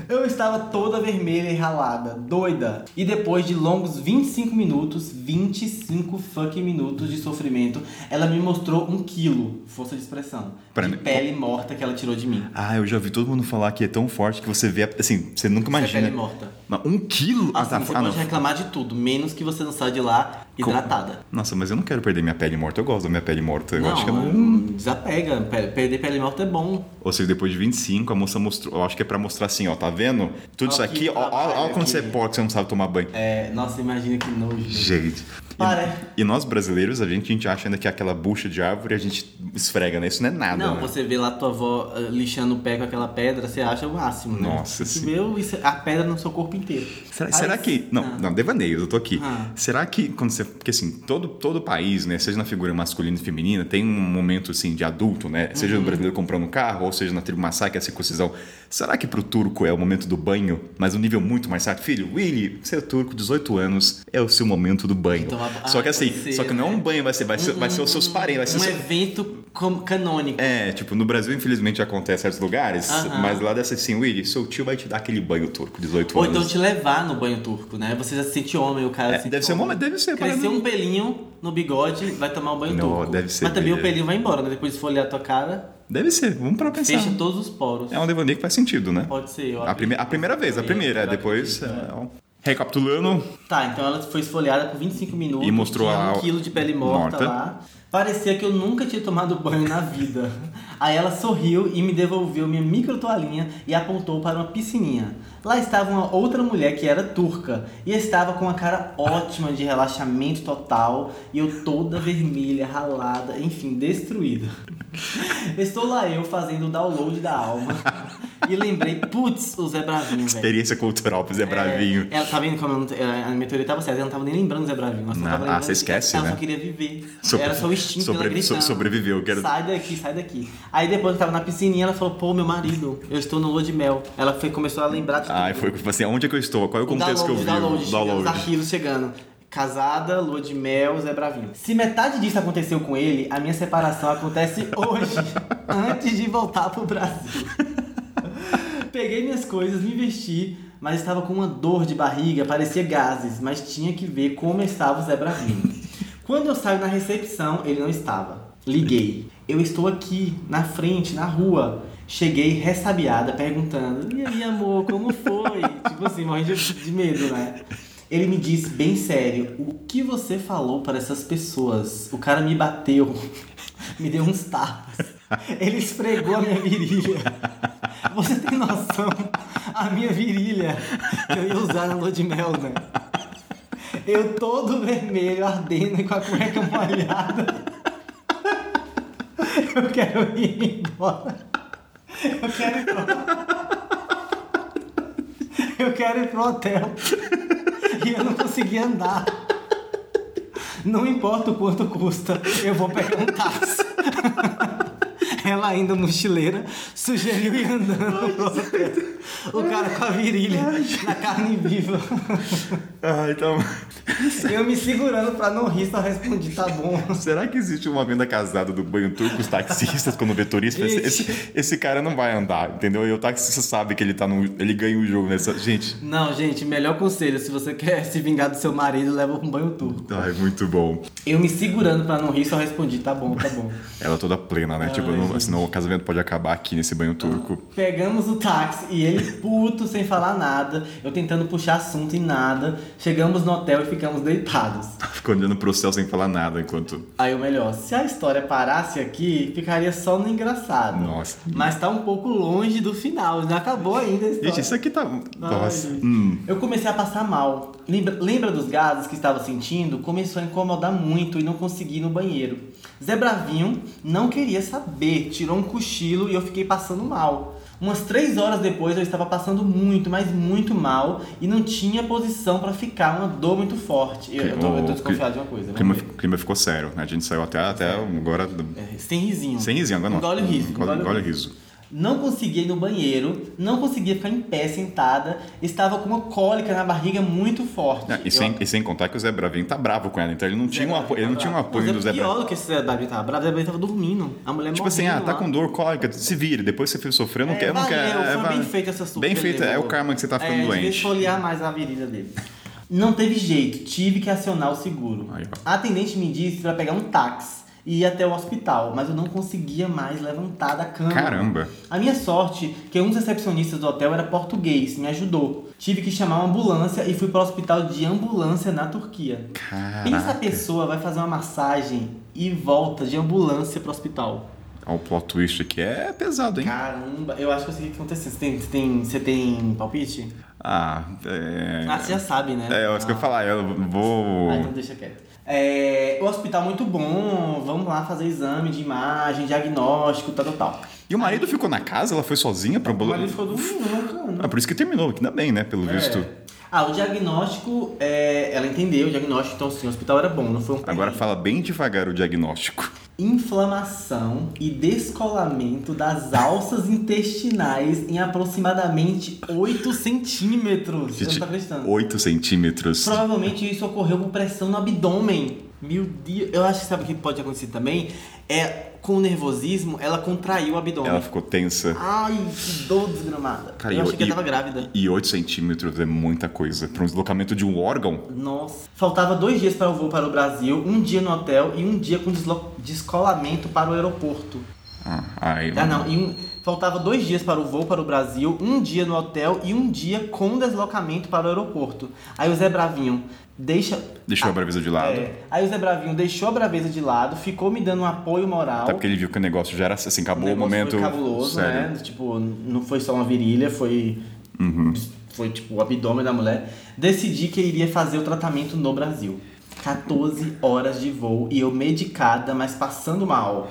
Speaker 2: Eu estava toda vermelha e ralada, doida. E depois de longos 25 minutos, 25 fucking minutos de sofrimento, ela me mostrou um quilo, força de expressão,
Speaker 1: Pra
Speaker 2: de
Speaker 1: mim-
Speaker 2: pele morta que ela tirou de mim.
Speaker 1: Ah, eu já vi todo mundo falar que é tão forte que você vê. Assim, você nunca
Speaker 2: Essa
Speaker 1: imagina.
Speaker 2: é pele morta.
Speaker 1: Mas um quilo? Ah, tá.
Speaker 2: Assim, você
Speaker 1: Ah, não.
Speaker 2: pode reclamar de tudo, menos que você não saia de lá hidratada.
Speaker 1: Nossa, mas eu não quero perder minha pele morta. Eu gosto da minha pele morta. Eu
Speaker 2: não, hum,
Speaker 1: acho que é eu não.
Speaker 2: desapega. pe- Perder pele morta é bom.
Speaker 1: Ou seja, depois de 25, a moça mostrou. Eu acho que é pra mostrar assim, ó, tá vendo? Tudo isso
Speaker 2: Ó que
Speaker 1: aqui, ó, ó, ó
Speaker 2: trabalho
Speaker 1: quando você é
Speaker 2: aqui.
Speaker 1: pobre, que você não sabe tomar banho.
Speaker 2: É, nossa, imagina que nojo.
Speaker 1: Gente.
Speaker 2: Para.
Speaker 1: E, e nós brasileiros, a gente, a gente acha ainda que é aquela bucha de árvore a gente esfrega, né? Isso não é nada.
Speaker 2: Não,
Speaker 1: né?
Speaker 2: você vê lá tua avó ah, lixando o pé com aquela pedra, você acha o máximo, né?
Speaker 1: Nossa,
Speaker 2: Você
Speaker 1: sim.
Speaker 2: vê o- isso- a pedra no seu corpo inteiro.
Speaker 1: Será,
Speaker 2: Parece-
Speaker 1: será que. Não,
Speaker 2: Ah.
Speaker 1: não, devaneios, eu tô aqui.
Speaker 2: Ah.
Speaker 1: Será que quando você. Porque assim, todo, todo país, né? Seja na figura masculina e feminina, tem um momento assim de adulto, né? Seja
Speaker 2: Uhum.
Speaker 1: no brasileiro comprando um carro, ou seja na tribo Maasai, que é a circuncisão. Será que pro turco é o momento do banho, mas um nível muito mais certo? Filho, Willy, você é turco, 18 anos, é o seu momento do banho.
Speaker 2: Então, ah,
Speaker 1: só que assim,
Speaker 2: pode ser, né?
Speaker 1: só que não é um banho, vai ser, vai ser, vai ser os seus parentes, vai ser
Speaker 2: Um
Speaker 1: seu-
Speaker 2: evento com- canônico.
Speaker 1: é, tipo, no Brasil, infelizmente, acontece em certos lugares,
Speaker 2: Aham.
Speaker 1: mas lá deve ser assim, Willy, seu tio vai te dar aquele banho turco, 18
Speaker 2: Ou
Speaker 1: anos.
Speaker 2: então te levar no banho turco, né? Você já se sente homem, o cara
Speaker 1: É,
Speaker 2: se sente
Speaker 1: deve ser um
Speaker 2: homem.
Speaker 1: momento- deve ser,
Speaker 2: tipo, Crescer
Speaker 1: para mim.
Speaker 2: um pelinho no bigode, vai tomar um banho
Speaker 1: Não,
Speaker 2: turco.
Speaker 1: deve ser
Speaker 2: Mas também o
Speaker 1: mesmo.
Speaker 2: pelinho vai embora, né? Depois de folhear a tua cara,
Speaker 1: Deve ser, vamos pra pensar.
Speaker 2: fecha todos os poros.
Speaker 1: É um devaneio que faz sentido, né?
Speaker 2: Pode ser. eu
Speaker 1: A, prime- a primeira vez, a primeira. é,
Speaker 2: Eu
Speaker 1: Depois.
Speaker 2: acredito, né?
Speaker 1: é, ó. Recapitulando,
Speaker 2: Tá, então ela foi esfoliada por 25 minutos.
Speaker 1: E mostrou
Speaker 2: tinha
Speaker 1: a-
Speaker 2: um quilo de pele morta,
Speaker 1: morta.
Speaker 2: lá. Parecia que eu nunca tinha tomado banho na vida. Aí ela sorriu e me devolveu minha micro toalhinha e apontou para uma piscininha. Lá estava uma outra mulher que era turca e estava com uma cara ótima de relaxamento total e eu toda vermelha, ralada, enfim, destruída. Estou lá eu fazendo o download da alma e lembrei, putz, o Zé Bravinho, velho.
Speaker 1: Experiência cultural pro Zé Bravinho.
Speaker 2: É, ela tá vendo como eu não, ela- a minha teoria tava certa, ela não tava nem lembrando do Zé Bravinho. Ela só
Speaker 1: Não,
Speaker 2: tava
Speaker 1: ah,
Speaker 2: lembrando
Speaker 1: você
Speaker 2: que
Speaker 1: esquece,
Speaker 2: ela
Speaker 1: né?
Speaker 2: só queria viver.
Speaker 1: Sobre-
Speaker 2: Era só o instinto
Speaker 1: sobre-
Speaker 2: dela gritando.
Speaker 1: so- sobreviveu, quero-
Speaker 2: Sai daqui, sai daqui. Aí depois que tava na piscininha, ela falou, pô, meu marido, eu estou no lua de mel. Ela foi, começou a lembrar de
Speaker 1: Ai, foi tipo assim, onde é que eu estou? Qual é o contexto que eu
Speaker 2: download,
Speaker 1: vivo?
Speaker 2: download, chegando, os arquivos chegando. Casada, lua de mel, Zé Bravinho. Se metade disso aconteceu com ele, a minha separação acontece hoje, antes de voltar pro Brasil. Peguei minhas coisas, me vesti, mas estava com uma dor de barriga, parecia gases, mas tinha que ver como estava o Zé Bravinho. Quando eu saio na recepção, ele não estava. Liguei. Eu estou aqui, na frente, na rua. Cheguei ressabiada, perguntando: E aí, amor, como foi? tipo assim, morrendo de, de medo, né? Ele me disse, bem sério: O que você falou para essas pessoas? O cara me bateu, me deu uns tapas, ele esfregou a minha virilha. Você tem noção? A minha virilha que eu ia usar na lua de mel, né? Eu todo vermelho, ardendo e com a cueca molhada. Eu quero ir embora. Eu quero ir embora. Eu quero ir pro hotel. E eu não consegui andar. Não importa o quanto custa, eu vou pegar um táxi. Ela ainda mochileira sugeriu ir andando pro hotel. O cara com a virilha na carne viva.
Speaker 1: Ah, então.
Speaker 2: Eu me segurando pra não rir, só respondi, tá bom.
Speaker 1: Será que existe uma venda casada do banho turco, os taxistas, quando vê turista? Esse,
Speaker 2: Ixi.
Speaker 1: esse- esse cara não vai andar, entendeu? E o taxista sabe que ele tá no. ele ganha o jogo nessa. Gente.
Speaker 2: Não, gente, melhor conselho, se você quer se vingar do seu marido, leva um banho turco.
Speaker 1: Ai, muito bom.
Speaker 2: Eu me segurando pra não rir, só respondi, tá bom, tá bom.
Speaker 1: Ela toda plena, né? tipo,
Speaker 2: Ai,
Speaker 1: não,
Speaker 2: gente.
Speaker 1: senão o casamento pode acabar aqui nesse banho turco.
Speaker 2: Pegamos o táxi e ele puto, sem falar nada, eu tentando puxar assunto e nada. Chegamos no hotel e ficamos deitados.
Speaker 1: Ficou olhando pro céu sem falar nada enquanto.
Speaker 2: Aí o melhor, se a história parasse aqui, ficaria só no engraçado.
Speaker 1: Nossa.
Speaker 2: Mas tá um pouco longe do final, não acabou ainda a história.
Speaker 1: Gente, isso aqui tá.
Speaker 2: Ai,
Speaker 1: Nossa.
Speaker 2: gente.
Speaker 1: Hum.
Speaker 2: Eu comecei a passar mal. Lembra, lembra dos gases que estava sentindo? Começou a incomodar muito e não consegui ir no banheiro. Zé Bravinho não queria saber, tirou um cochilo e eu fiquei passando mal. Umas três horas depois eu estava passando muito, mas muito mal e não tinha posição pra ficar, uma dor muito forte. Eu, eu, tô, eu tô
Speaker 1: O
Speaker 2: desconfiado de uma
Speaker 1: O
Speaker 2: coisa. né?
Speaker 1: clima,
Speaker 2: vamos ver.
Speaker 1: o clima ficou sério, né? A gente saiu até, até agora.
Speaker 2: É, sem risinho.
Speaker 1: Sem risinho, agora não.
Speaker 2: Engole o riso.
Speaker 1: Engole, engole o riso.
Speaker 2: Não conseguia ir no banheiro, não conseguia ficar em pé sentada, estava com uma cólica na barriga muito forte.
Speaker 1: Ah, e, sem, e sem contar que o Zé Bravinho tá bravo com ela, então ele não tinha um
Speaker 2: tá
Speaker 1: apoio, ele não tinha um apoio do Zé
Speaker 2: Pior
Speaker 1: Bravinho.
Speaker 2: do que esse Zé Bravinho tava bravo, o Zé Bravinho tava dormindo. A mulher
Speaker 1: Tipo assim, ah,
Speaker 2: morrendo
Speaker 1: tá
Speaker 2: lá.
Speaker 1: com dor, cólica, se vire, depois você fez sofrer, eu não
Speaker 2: É,
Speaker 1: quero. eu não
Speaker 2: valeu,
Speaker 1: quero- é,
Speaker 2: foi
Speaker 1: vale.
Speaker 2: bem feita essa surra.
Speaker 1: Bem
Speaker 2: que ele
Speaker 1: feita, é
Speaker 2: levou.
Speaker 1: o karma que você tá
Speaker 2: é,
Speaker 1: ficando
Speaker 2: devia
Speaker 1: doente.
Speaker 2: esfoliar mais a virilha dele. Não teve jeito, tive que acionar o seguro.
Speaker 1: Aí, ó.
Speaker 2: A atendente me disse pra pegar um táxi e ir até o hospital, mas eu não conseguia mais levantar da cama.
Speaker 1: Caramba.
Speaker 2: A minha sorte, que um dos recepcionistas do hotel era português, me ajudou. Tive que chamar uma ambulância e fui para o hospital de ambulância na Turquia. Pensa a
Speaker 1: Caraca.
Speaker 2: pessoa vai fazer uma massagem e volta de ambulância pro hospital.
Speaker 1: Olha o plot twist aqui, é pesado, hein?
Speaker 2: Caramba, eu acho que eu sei o que aconteceu. Você tem, você tem, você tem palpite?
Speaker 1: Ah, é.
Speaker 2: Ah, você já sabe, né?
Speaker 1: É, eu acho que eu ia
Speaker 2: Ah.
Speaker 1: falar, eu
Speaker 2: Ah,
Speaker 1: vou.
Speaker 2: então deixa quieto. É, o hospital muito bom, vamos lá fazer exame de imagem, diagnóstico, tal, tal, tal.
Speaker 1: E o marido ficou na casa, ela foi sozinha pra
Speaker 2: O
Speaker 1: ambulância.
Speaker 2: marido ficou dormindo, né, cara?
Speaker 1: Ah, por isso que terminou, que ainda bem, né? Pelo visto.
Speaker 2: É. Ah, o diagnóstico, é, ela entendeu o diagnóstico, então sim, o hospital era bom, não foi um
Speaker 1: Agora
Speaker 2: perrengue.
Speaker 1: fala bem devagar o diagnóstico.
Speaker 2: Inflamação e descolamento das alças intestinais em aproximadamente 8 centímetros. Você não tá acreditando.
Speaker 1: 8 centímetros.
Speaker 2: Provavelmente isso ocorreu com pressão no abdômen. Meu Deus, eu acho que sabe o que pode acontecer também? É com o nervosismo, ela contraiu o abdômen.
Speaker 1: Ela ficou tensa.
Speaker 2: Ai, que dor desgramada.
Speaker 1: Cara,
Speaker 2: eu achei que
Speaker 1: e-
Speaker 2: ela tava grávida.
Speaker 1: E 8 centímetros é muita coisa. Para um deslocamento de um órgão.
Speaker 2: Nossa. Faltava dois dias para o voo para o Brasil, um dia no hotel e um dia com deslo- descolamento para o aeroporto.
Speaker 1: Ah, aí.
Speaker 2: Ah, não. E um... Faltava dois dias para o voo para o Brasil, um dia no hotel e um dia com deslocamento para o aeroporto. Aí o Zé Bravinho deixa.
Speaker 1: Deixou a braveza de lado.
Speaker 2: É. Aí o Zé Bravinho deixou a braveza de lado, ficou me dando um apoio moral.
Speaker 1: Até Tá, porque ele viu que o negócio já era assim, acabou o,
Speaker 2: Um negócio
Speaker 1: momento.
Speaker 2: Foi cabuloso,
Speaker 1: sério. Uhum.
Speaker 2: né? Tipo, não foi só uma virilha, foi. Foi tipo o abdômen da mulher. Decidi que eu iria fazer o tratamento no Brasil. 14 horas de voo e eu medicada, mas passando mal.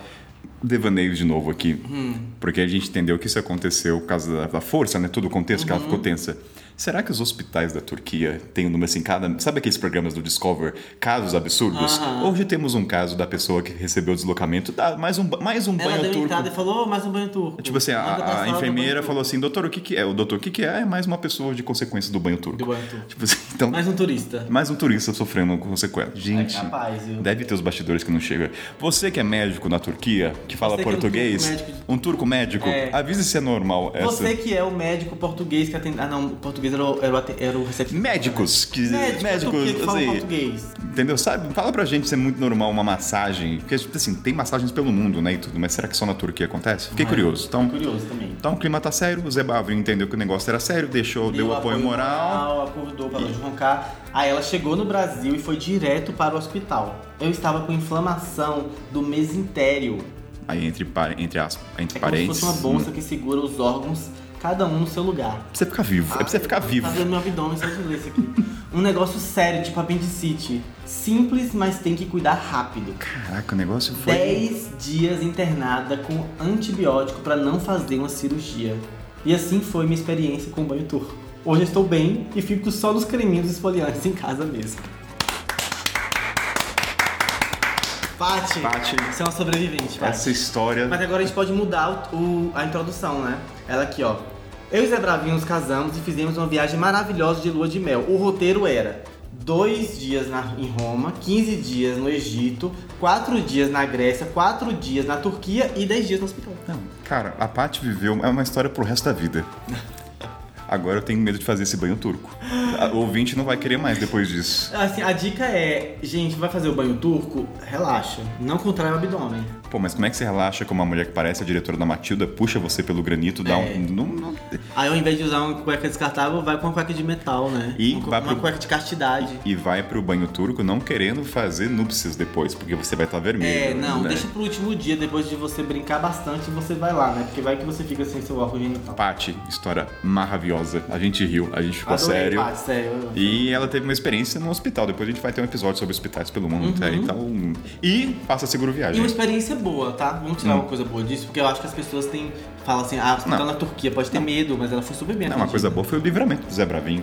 Speaker 1: Devaneio de novo aqui.
Speaker 2: Hum.
Speaker 1: Porque a gente entendeu que isso aconteceu por causa da, da força, né? Todo o contexto que ela
Speaker 2: Uhum.
Speaker 1: ficou tensa. Será que os hospitais da Turquia têm um número assim, cada. Sabe aqueles programas do Discover? Casos absurdos?
Speaker 2: Aham.
Speaker 1: Hoje temos um caso da pessoa que recebeu deslocamento. Dá mais um, ba- mais um
Speaker 2: Ela
Speaker 1: banho
Speaker 2: deu
Speaker 1: turco.
Speaker 2: entrada e falou, "Ô, mais um banho turco.
Speaker 1: Tipo assim, a-
Speaker 2: Manda pra
Speaker 1: a,
Speaker 2: sala do
Speaker 1: enfermeira
Speaker 2: banho
Speaker 1: falou assim, doutor, o que, que é? O doutor, o que, que é? É mais uma pessoa de consequência do banho turco.
Speaker 2: Do banho turco.
Speaker 1: Tipo assim, então,
Speaker 2: turco. Mais um turista.
Speaker 1: mais um turista sofrendo com sequela. Gente,
Speaker 2: capaz, viu?
Speaker 1: deve ter os bastidores que não chega. Você que é médico na Turquia, que fala
Speaker 2: Você que é um
Speaker 1: português,
Speaker 2: turco médico.
Speaker 1: um turco médico,
Speaker 2: É.
Speaker 1: avise se é normal essa.
Speaker 2: Você que é o médico português que atende. Ah, não, o português era o, era o, ate- era o recepcionista.
Speaker 1: Médicos, que,
Speaker 2: Médico,
Speaker 1: médicos,
Speaker 2: que fala
Speaker 1: assim,
Speaker 2: português.
Speaker 1: entendeu? Sabe? Fala pra gente se é muito normal uma massagem, porque assim, tem massagens pelo mundo, né, e tudo, mas será que só na Turquia acontece?
Speaker 2: É.
Speaker 1: Fiquei curioso. Então,
Speaker 2: Curioso também.
Speaker 1: Então o clima tá sério, o Zé Bavrio entendeu que o negócio era sério, deixou, deu, apoio, moral.
Speaker 2: acordou para de roncar. Aí ela chegou no Brasil e foi direto para o hospital. Eu estava com inflamação do mesentério.
Speaker 1: Aí entre, par- entre, as, entre
Speaker 2: É como se
Speaker 1: parênteses.
Speaker 2: fosse uma bolsa que segura os órgãos, cada um no seu lugar.
Speaker 1: Pra você ficar vivo, é pra você ficar vivo.
Speaker 2: Tá doendo meu abdômen só de ler isso aqui. Um negócio sério, tipo apendicite. Simples, mas tem que cuidar rápido.
Speaker 1: Caraca, o negócio foi.
Speaker 2: 10 dias internada com antibiótico para não fazer uma cirurgia. E assim foi minha experiência com o banho turco. Hoje eu estou bem e fico só nos creminhos esfoliantes em casa mesmo. Paty,
Speaker 1: Paty.
Speaker 2: você é uma sobrevivente, Paty.
Speaker 1: Essa história.
Speaker 2: Mas agora a gente pode mudar o- o- a introdução, né? Ela aqui, ó. Eu e Zé Bravinho nos casamos e fizemos uma viagem maravilhosa de lua de mel. O roteiro era dois dias na- em Roma, 15 dias no Egito, quatro dias na Grécia, quatro dias na Turquia e 10 dias no hospital.
Speaker 1: Não, cara, a Paty viveu. É uma história pro resto da vida. Agora eu tenho medo de fazer esse banho turco. O ouvinte não vai querer mais depois disso.
Speaker 2: Assim, a dica é, gente, vai fazer o banho turco? Relaxa, não contrai o abdômen.
Speaker 1: Pô, mas como é que você relaxa com uma mulher que parece a diretora da Matilda, puxa você pelo granito, dá
Speaker 2: É.
Speaker 1: um. Não, não-
Speaker 2: Aí ao invés de usar uma cueca descartável, vai com uma cueca de metal, né?
Speaker 1: E
Speaker 2: uma, cu-
Speaker 1: vai
Speaker 2: uma
Speaker 1: pro-
Speaker 2: cueca de castidade.
Speaker 1: E vai pro banho turco não querendo fazer núpcias depois, porque você vai estar vermelho.
Speaker 2: É, não,
Speaker 1: né?
Speaker 2: deixa pro último dia, depois de você brincar bastante, você vai lá, né? Porque vai que você fica sem seu óculos genital.
Speaker 1: Paty, história maravilhosa. A gente riu, a gente ficou
Speaker 2: Adorei,
Speaker 1: sério.
Speaker 2: Paty, sério.
Speaker 1: E ela teve uma experiência no hospital. Depois a gente vai ter um episódio sobre hospitais pelo mundo inteiro. Então. E faça seguro
Speaker 2: Uhum. E
Speaker 1: viagem.
Speaker 2: uma experiência boa, tá? Vamos tirar uma coisa boa disso, porque eu acho que as pessoas têm. Falam assim, ah, você tá
Speaker 1: Hum. Não.
Speaker 2: na Turquia, pode ter medo, mas ela foi super bem.
Speaker 1: Não, é uma coisa
Speaker 2: atendida.
Speaker 1: boa foi o livramento do Zé Bravinho,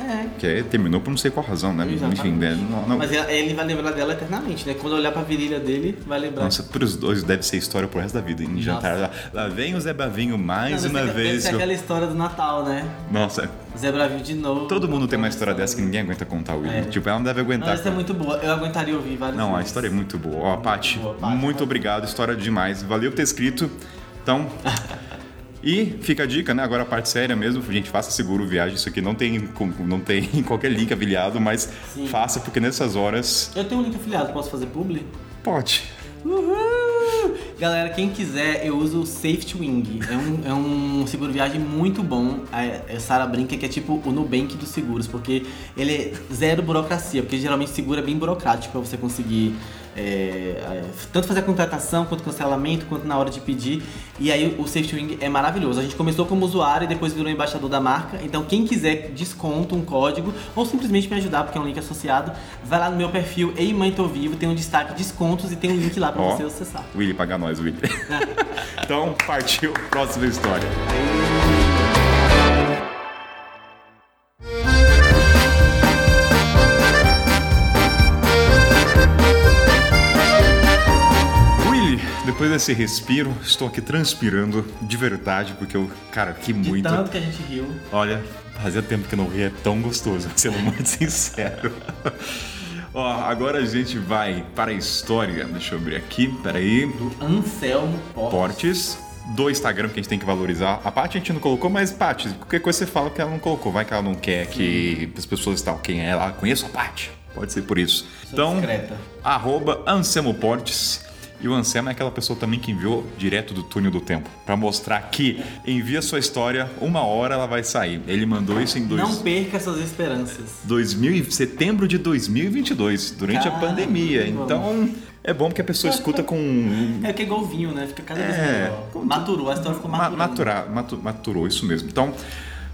Speaker 2: É.
Speaker 1: que aí terminou por não sei qual razão, né?
Speaker 2: Exatamente.
Speaker 1: Enfim, né? não, não.
Speaker 2: Mas ela- ele vai lembrar dela eternamente, né? Quando olhar pra virilha dele, vai lembrar.
Speaker 1: Nossa, pros dois deve ser história pro resto da vida. Em jantar, lá, lá vem o Zé Bravinho mais
Speaker 2: Não,
Speaker 1: uma
Speaker 2: deve ser- deve
Speaker 1: vez.
Speaker 2: ser é aquela história do Natal, né?
Speaker 1: Nossa,
Speaker 2: Zé Bravinho de novo.
Speaker 1: todo mundo tem uma história dessa que ninguém aguenta contar, Will.
Speaker 2: É.
Speaker 1: Tipo, ela não deve
Speaker 2: Não,
Speaker 1: aguentar.
Speaker 2: essa é muito boa. Eu aguentaria ouvir várias
Speaker 1: Não, a
Speaker 2: vezes.
Speaker 1: história é muito boa. Ó, Paty,
Speaker 2: boa, Paty.
Speaker 1: muito obrigado, história demais. Valeu por ter escrito. Então. E fica a dica, né? Agora a parte séria mesmo, gente, faça seguro viagem. Isso aqui não tem, com- não tem qualquer link afiliado, mas
Speaker 2: Sim.
Speaker 1: faça, porque nessas horas.
Speaker 2: Eu tenho um link afiliado, posso fazer publi?
Speaker 1: Pode.
Speaker 2: Uhul! Galera, quem quiser, eu uso o Safety Wing. É um, é um seguro viagem muito bom. A, a Sara brinca que é tipo o Nubank dos seguros, porque ele é zero burocracia, porque geralmente seguro é bem burocrático pra você conseguir é, é, tanto fazer a contratação, quanto cancelamento, quanto na hora de pedir. E aí o Safety Wing é maravilhoso. A gente começou como usuário e depois virou embaixador da marca. Então quem quiser desconto, um código, ou simplesmente me ajudar, porque é um link associado, vai lá no meu perfil Ei Mãe Tô Vivo, tem um destaque descontos e tem um link lá pra
Speaker 1: Ó.
Speaker 2: você acessar.
Speaker 1: Willy, paga nós, Willy. então, partiu, próxima história. Willy, depois desse respiro, estou aqui transpirando de verdade, porque eu, cara, que
Speaker 2: De
Speaker 1: muito.
Speaker 2: tanto que a gente riu.
Speaker 1: Olha, fazia tempo que eu não ria é tão gostoso, sendo muito sincero. Ó, agora a gente vai para a história. Deixa eu abrir aqui, peraí.
Speaker 2: Anselmo Portes.
Speaker 1: Portes do Instagram que a gente tem que valorizar. A Paty a gente não colocou, mas Paty, qualquer coisa você fala que ela não colocou. Vai que ela não quer que as pessoas stalkeiem ela. Ah, Conheço a Paty. Pode ser por isso.
Speaker 2: Sou
Speaker 1: Então,
Speaker 2: discreta.
Speaker 1: arroba Anselmo Portes. E o Anselmo é aquela pessoa também que enviou direto do túnel do tempo. Pra mostrar que envia sua história, uma hora ela vai sair. Ele mandou isso em dois...
Speaker 2: Não perca suas esperanças.
Speaker 1: 2000, e- setembro de 2022, durante
Speaker 2: Caramba.
Speaker 1: a pandemia. Então, é bom porque a pessoa escuta com
Speaker 2: É que é igual o vinho, né? Fica cada vez
Speaker 1: É.
Speaker 2: melhor. Maturou, a história ficou
Speaker 1: Ma-
Speaker 2: maturando.
Speaker 1: maturar, matu- maturou, isso mesmo. Então,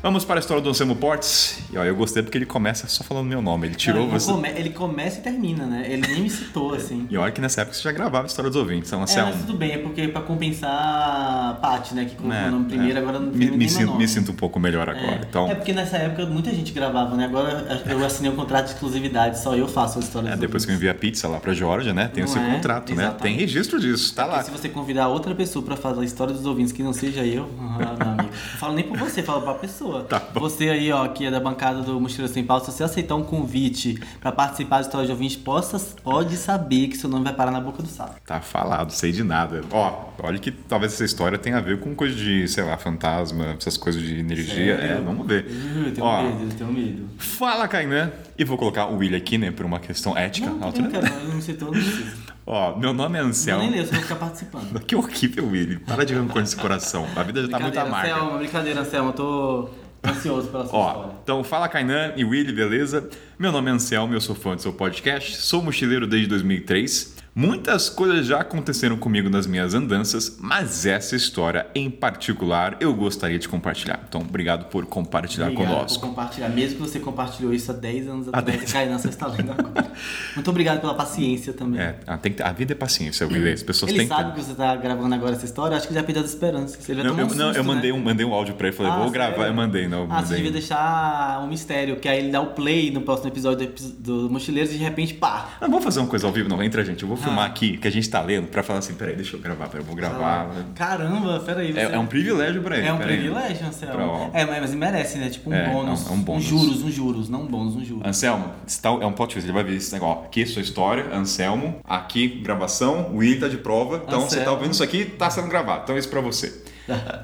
Speaker 1: vamos para a história do Anselmo Portes. E ó, eu gostei porque ele começa só falando meu nome. Ele tirou
Speaker 2: Não, ele,
Speaker 1: você.
Speaker 2: come- ele começa e termina, né? Ele nem me citou, assim.
Speaker 1: E olha que nessa época você já gravava a história dos ouvintes. Então,
Speaker 2: É, mas
Speaker 1: Anselmo.
Speaker 2: tudo bem, é porque pra compensar a Paty, né? Que colocou
Speaker 1: né,
Speaker 2: o nome primeiro,
Speaker 1: é.
Speaker 2: agora não tem
Speaker 1: me,
Speaker 2: nem
Speaker 1: me
Speaker 2: meu
Speaker 1: sinto,
Speaker 2: nome.
Speaker 1: me sinto um pouco melhor agora.
Speaker 2: É.
Speaker 1: Então,
Speaker 2: É porque nessa época muita gente gravava, né? Agora eu assinei um contrato de exclusividade, só eu faço a história
Speaker 1: é, depois que eu enviei a pizza lá pra Georgia, né? Tem o
Speaker 2: Não
Speaker 1: seu
Speaker 2: é?
Speaker 1: contrato, né?
Speaker 2: Exatamente.
Speaker 1: Tem registro disso, tá lá.
Speaker 2: Se você convidar outra pessoa pra falar a história dos ouvintes que não seja eu, ah, meu amigo, não falo nem pra você, falo pra pessoa.
Speaker 1: Tá bom.
Speaker 2: você aí, ó, que é da bancada do Mochila Sem Pau, se você aceitar um convite pra participar da história de ouvinte, possa, pode saber que seu nome vai parar na boca do sapo.
Speaker 1: Tá falado, sei de nada. Ó, olha que talvez essa história tenha a ver com coisa de, sei lá, fantasma, essas coisas de energia.
Speaker 2: Sério? Uhum, um
Speaker 1: É, vamos ver.
Speaker 2: Ih, Eu tenho
Speaker 1: Ó, Tá
Speaker 2: medo, eu tenho medo.
Speaker 1: Fala, Kainan. E vou colocar o William aqui, né, por uma questão ética.
Speaker 2: Não, eu
Speaker 1: alta,
Speaker 2: não
Speaker 1: né?
Speaker 2: quero, eu não me citou, eu não preciso.
Speaker 1: Ó, meu nome é
Speaker 2: Eu nem
Speaker 1: Anselmo.
Speaker 2: leio, eu só vou ficar participando.
Speaker 1: Que horrível, William. Para de rancor nesse coração. A vida já tá muito
Speaker 2: brincadeira,
Speaker 1: amarga.
Speaker 2: Anselmo, brincadeira, Anselmo, eu tô ansioso pela sua
Speaker 1: Ó,
Speaker 2: história.
Speaker 1: então fala Kainan e Willy, beleza? Meu nome é Anselmo, eu sou fã do seu podcast, sou mochileiro desde 2003. Muitas coisas já aconteceram comigo nas minhas andanças, mas essa história em particular eu gostaria de compartilhar. Então, obrigado por compartilhar
Speaker 2: Obrigado
Speaker 1: conosco.
Speaker 2: por compartilhar. Mesmo que você compartilhou isso há 10 anos
Speaker 1: Há
Speaker 2: atrás e Kainan só está lendo agora. Muito obrigado pela paciência também.
Speaker 1: É, ah, tem que ter- a vida é paciência, Willy. As pessoas
Speaker 2: Ele
Speaker 1: têm
Speaker 2: sabe
Speaker 1: que.
Speaker 2: que você está gravando agora essa história, acho que já perdeu as esperanças. Ele vai
Speaker 1: Não,
Speaker 2: tomar
Speaker 1: eu,
Speaker 2: um susto,
Speaker 1: não, eu mandei,
Speaker 2: né?
Speaker 1: um, mandei um áudio pra ele, falei,
Speaker 2: Ah,
Speaker 1: vou
Speaker 2: sério?
Speaker 1: gravar, eu mandei, não, eu
Speaker 2: Ah, você
Speaker 1: mandei.
Speaker 2: devia deixar um mistério, que aí ele dá o play no próximo episódio do epi- do Mochileiros e de repente, pá!
Speaker 1: Ah, vamos fazer uma coisa ao vivo? Não, entra, gente. Eu vou
Speaker 2: Ah.
Speaker 1: filmar aqui, que a gente tá lendo, pra falar assim, peraí, deixa eu gravar, peraí, eu vou gravar.
Speaker 2: Caramba, peraí.
Speaker 1: É,
Speaker 2: você-
Speaker 1: é um privilégio pra ele.
Speaker 2: É um
Speaker 1: peraí.
Speaker 2: privilégio, Anselmo.
Speaker 1: Pra- ó.
Speaker 2: É, mas merece, né? Tipo um
Speaker 1: É,
Speaker 2: bônus.
Speaker 1: não, é um bônus.
Speaker 2: Um juros, um juros, não um bônus, um juros.
Speaker 1: Anselmo, está- é um plot twist, ele vai ver esse negócio. ó, Aqui é sua história, Anselmo. Aqui gravação, o Willi tá de prova. Então você tá
Speaker 2: Anselmo.
Speaker 1: ouvindo isso aqui, tá sendo gravado. Então isso pra você.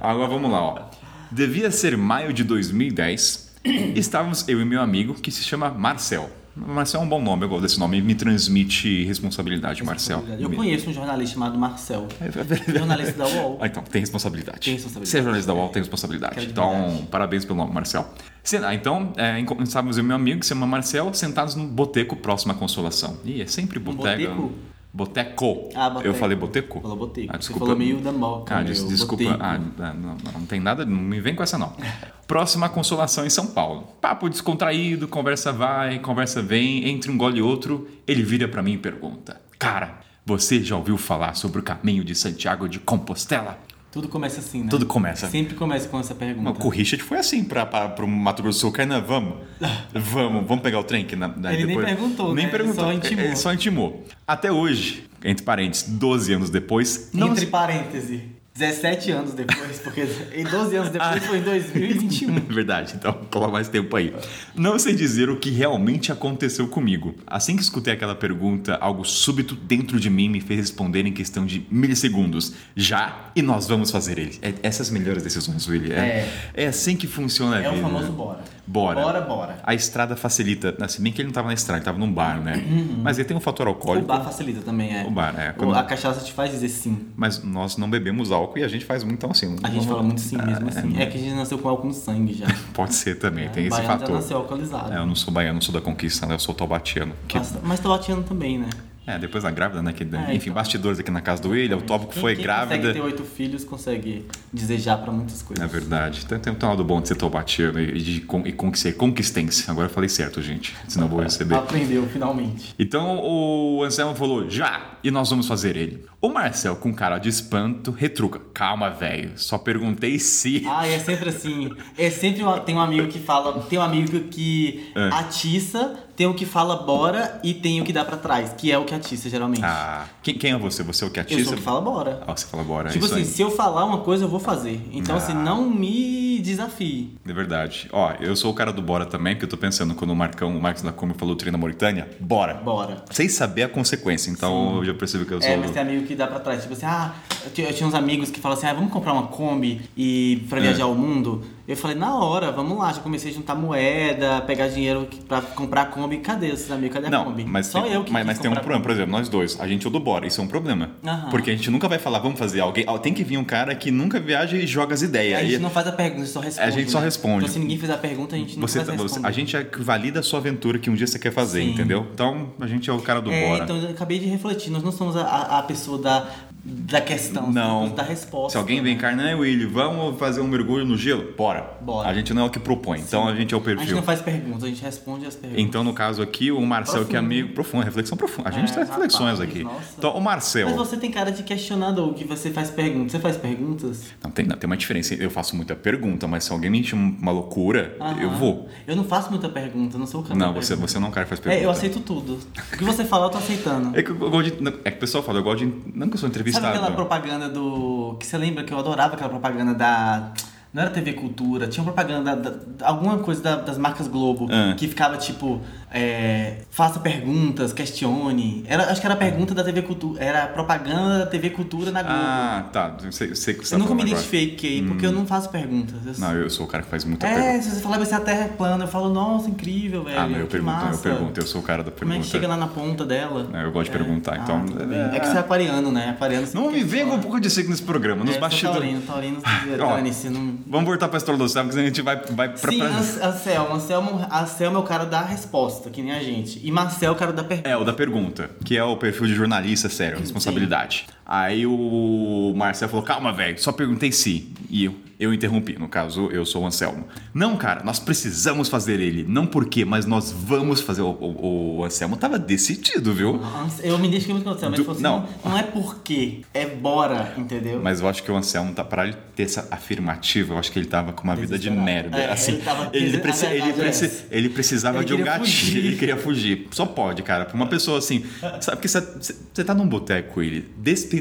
Speaker 1: Agora vamos lá, ó. Devia ser maio de 2010. Estávamos eu e meu amigo, que se chama Marcel. Marcel é um bom nome, eu gosto desse nome. Me transmite responsabilidade, Marcel.
Speaker 2: Eu
Speaker 1: Me-
Speaker 2: conheço um jornalista chamado Marcel.
Speaker 1: É verdade.
Speaker 2: Jornalista da UOL.
Speaker 1: Ah, então, tem responsabilidade.
Speaker 2: Tem responsabilidade.
Speaker 1: Ser jornalista da UOL tem responsabilidade.
Speaker 2: Credibilidade.
Speaker 1: Então, parabéns pelo nome, Marcel. Sei lá, então, é, encom- estávamos eu e meu amigo, que se chama Marcel, sentados num boteco próximo à Consolação. Ih, é sempre botega.
Speaker 2: Um boteco?
Speaker 1: Boteco.
Speaker 2: Ah, boteco.
Speaker 1: Eu falei boteco?
Speaker 2: Falou boteco.
Speaker 1: Ah,
Speaker 2: Você
Speaker 1: desculpa.
Speaker 2: falou meio né? da moca.
Speaker 1: Ah,
Speaker 2: meio
Speaker 1: des- desculpa.
Speaker 2: boteco.
Speaker 1: Ah, ah, não, não tem nada, não me vem com essa não. Próxima consolação em São Paulo. Papo descontraído, conversa vai, conversa vem, entre um gole e outro, ele vira pra mim e pergunta: "Cara, você já ouviu falar sobre o caminho de Santiago de Compostela?"
Speaker 2: Tudo começa assim, né?
Speaker 1: Tudo começa.
Speaker 2: Sempre começa com essa pergunta.
Speaker 1: O Corrichard foi assim para o Mato Grosso do Sul. Carna, vamos, vamos, vamos pegar o trem. Que na, daí
Speaker 2: Ele nem
Speaker 1: depois-
Speaker 2: perguntou,
Speaker 1: Nem
Speaker 2: né? Ele
Speaker 1: perguntou.
Speaker 2: só intimou.
Speaker 1: Ele só intimou. Até hoje, entre parênteses, 12 anos depois, não
Speaker 2: Entre parênteses, 17 anos depois, porque e 12 anos depois foi em 2021.
Speaker 1: Verdade, então coloca mais tempo aí. Não sei dizer o que realmente aconteceu comigo. Assim que escutei aquela pergunta, algo súbito dentro de mim me fez responder em questão de milissegundos. Já, e nós vamos fazer ele. É- essas melhores decisões, William. É, é assim que funciona a
Speaker 2: É o
Speaker 1: vida.
Speaker 2: famoso bora.
Speaker 1: Bora.
Speaker 2: Bora, bora.
Speaker 1: A estrada facilita. né? Se bem que ele não estava na estrada, ele estava num bar, né? Mas aí tem um fator
Speaker 2: O
Speaker 1: alcoólico.
Speaker 2: bar facilita também, é.
Speaker 1: O bar, é.
Speaker 2: Uhum. O-
Speaker 1: Quando-
Speaker 2: A cachaça te faz dizer sim.
Speaker 1: Mas nós não bebemos álcool e a gente faz muito então assim.
Speaker 2: A gente
Speaker 1: não-
Speaker 2: fala muito sim mesmo assim. É que a gente nasceu com álcool no sangue já.
Speaker 1: Pode ser também, É tem
Speaker 2: o
Speaker 1: esse
Speaker 2: É, um baiano já
Speaker 1: fator.
Speaker 2: nasceu alcoolizado.
Speaker 1: É, eu não sou baiano, eu sou da conquista, né? Eu sou taubatiano. Que...
Speaker 2: Mas- Mas tô latindo também, né?
Speaker 1: É, depois da grávida, né? Que, enfim,
Speaker 2: então.
Speaker 1: bastidores aqui na casa do William, o tópico
Speaker 2: Quem-
Speaker 1: foi
Speaker 2: quem
Speaker 1: grávida.
Speaker 2: consegue ter oito filhos consegue desejar pra muitas coisas.
Speaker 1: É verdade. Tem, tem um tal do bom de ser taubatiano e, e de con- e con- ser conquistense. Agora eu falei certo, gente. Senão eu vou
Speaker 2: Ah,
Speaker 1: receber.
Speaker 2: Aprendeu, finalmente.
Speaker 1: Então o Anselmo falou, já! E nós vamos fazer ele. O Marcel, com cara de espanto, retruca. Calma, velho. Só perguntei se.
Speaker 2: Ah, é sempre assim. É sempre uma- tem um amigo que fala, tem um amigo que
Speaker 1: É.
Speaker 2: atiça, tem o que fala bora e tem o que dá pra trás, que é o que atiça geralmente.
Speaker 1: Ah, quem, quem é você? Você é o que
Speaker 2: eu sou
Speaker 1: atiça?
Speaker 2: o que fala bora.
Speaker 1: Ah, você fala, bora. é
Speaker 2: tipo
Speaker 1: isso
Speaker 2: assim,
Speaker 1: aí.
Speaker 2: se eu falar uma coisa, eu vou fazer. Então,
Speaker 1: Ah.
Speaker 2: assim, não me desafie.
Speaker 1: É verdade. Ó, eu sou o cara do bora também, porque eu tô pensando quando o Marcão, o Marcos da Come falou treino na Mauritânia, bora.
Speaker 2: Bora.
Speaker 1: Sem saber a consequência, então eu já percebi que eu sou.
Speaker 2: É, mas tem amigo que dá pra
Speaker 1: É.
Speaker 2: trás. Tipo assim, ah, eu tinha, eu tinha uns amigos que falam assim, ah, vamos comprar uma Kombi e pra viajar o mundo. Eu falei, na hora, vamos lá. Já comecei a juntar moeda, pegar dinheiro que- pra comprar a Kombi. Cadê esses amigos? Cadê a
Speaker 1: Não,
Speaker 2: Kombi?
Speaker 1: mas
Speaker 2: Só
Speaker 1: tem,
Speaker 2: eu que
Speaker 1: mas,
Speaker 2: quis
Speaker 1: mas tem um
Speaker 2: comprar
Speaker 1: problema, por exemplo, nós dois, a gente é o do bora, isso é um problema.
Speaker 2: Aham.
Speaker 1: Porque a gente nunca vai falar, vamos fazer alguém. Tem que vir um cara que nunca viaja e joga as ideias.
Speaker 2: A gente
Speaker 1: E-
Speaker 2: não faz a pergunta, a gente só responde.
Speaker 1: gente só
Speaker 2: né?
Speaker 1: responde.
Speaker 2: Então, se ninguém fizer a pergunta, a gente não
Speaker 1: Você,
Speaker 2: faz a
Speaker 1: você-
Speaker 2: resposta.
Speaker 1: a gente é que valida a sua aventura que um dia você quer fazer,
Speaker 2: Sim.
Speaker 1: entendeu? Então a gente é o cara do
Speaker 2: É,
Speaker 1: bora.
Speaker 2: então eu acabei de refletir. Nós não somos a, a- a pessoa da, da questão,
Speaker 1: não.
Speaker 2: somos da resposta.
Speaker 1: Se alguém vem cá, né, Willy, vamos fazer um mergulho no gelo? Bora.
Speaker 2: Bora.
Speaker 1: A gente não é o que propõe, então a gente é o
Speaker 2: A gente
Speaker 1: perfil.
Speaker 2: não faz perguntas, a gente responde as perguntas.
Speaker 1: Então, no caso aqui, o Marcel, que é
Speaker 2: Profundo.
Speaker 1: amigo. Profundo, reflexão profunda. A gente
Speaker 2: É,
Speaker 1: traz reflexões
Speaker 2: rapaz,
Speaker 1: aqui.
Speaker 2: nossa.
Speaker 1: Então, o Marcel.
Speaker 2: Mas você tem cara de questionador, que você faz perguntas. Você faz perguntas?
Speaker 1: Não, tem, não, tem uma diferença. Eu faço muita pergunta, mas se alguém me chama uma loucura,
Speaker 2: Aham.
Speaker 1: eu vou.
Speaker 2: Eu não faço muita pergunta, não sou o cara.
Speaker 1: Não,
Speaker 2: da
Speaker 1: você,
Speaker 2: pergunta.
Speaker 1: você não é um cara que faz pergunta.
Speaker 2: É, eu aceito tudo. O que você falar, eu tô aceitando.
Speaker 1: É que eu gosto de. não, É que o pessoal fala, eu gosto de. Não que eu sou
Speaker 2: Sabe
Speaker 1: entrevistado.
Speaker 2: aquela propaganda do. Que você lembra que eu adorava aquela propaganda da. Não era TV Cultura, tinha uma propaganda da, da- alguma coisa da- das marcas Globo
Speaker 1: Ah.
Speaker 2: que ficava tipo. é, faça perguntas, questione. Era, acho que era a pergunta da TV Cultura. Era a propaganda da TV Cultura na Globo.
Speaker 1: Ah, tá. Eu Sei, sei o que você
Speaker 2: eu
Speaker 1: tá
Speaker 2: nunca me
Speaker 1: falando agora.
Speaker 2: identifiquei, porque eu não faço perguntas. Eu
Speaker 1: Não, eu sou o cara que faz muita
Speaker 2: É,
Speaker 1: pergunta.
Speaker 2: se você falar se a Terra é plana, eu falo, nossa, incrível, velho.
Speaker 1: Ah, não, eu
Speaker 2: que
Speaker 1: pergunto,
Speaker 2: massa.
Speaker 1: eu pergunto. Eu sou o cara da pergunta.
Speaker 2: Como é que chega lá na ponta dela?
Speaker 1: Não, eu gosto de perguntar,
Speaker 2: Ah,
Speaker 1: então.
Speaker 2: tudo bem. é que você é aquariano, né? Aquariano
Speaker 1: Não me venha com um pouco de signo nesse programa, nos
Speaker 2: é,
Speaker 1: bastidores.
Speaker 2: Taurino, taurino,
Speaker 1: Ó.
Speaker 2: taurino, se não...
Speaker 1: Vamos voltar pra história do céu, porque a gente vai, vai pra.
Speaker 2: Sim,
Speaker 1: pra-
Speaker 2: An- Anselmo, Anselmo, Anselmo é o cara da resposta, que nem a gente. E Marcel é o cara da pergunta.
Speaker 1: É, o da pergunta, que é o perfil de jornalista, sério, responsabilidade. Aí o Marcel falou, calma, velho, só perguntei se. E eu, eu interrompi, no caso, eu sou o Anselmo. Não, cara, nós precisamos fazer ele. Não por quê, mas nós vamos fazer. O, o- o Anselmo tava decidido, viu?
Speaker 2: Eu me identifiquei muito com o Anselmo, mas
Speaker 1: Do-
Speaker 2: ele falou
Speaker 1: não.
Speaker 2: assim, não. não é porque, é bora, entendeu?
Speaker 1: Mas eu acho que o Anselmo, tá, pra ele ter essa afirmativa, eu acho que ele tava com uma vida de
Speaker 2: Desesperado.
Speaker 1: merda.
Speaker 2: É,
Speaker 1: assim,
Speaker 2: ele tava-
Speaker 1: ele, preci-
Speaker 2: a verdade
Speaker 1: ele preci-
Speaker 2: é essa.
Speaker 1: ele precisava
Speaker 2: Ele
Speaker 1: de um
Speaker 2: queria
Speaker 1: gatilho,
Speaker 2: fugir.
Speaker 1: ele queria fugir. Só pode, cara. Pra uma pessoa assim. Sabe que você tá num boteco, ele despretensio-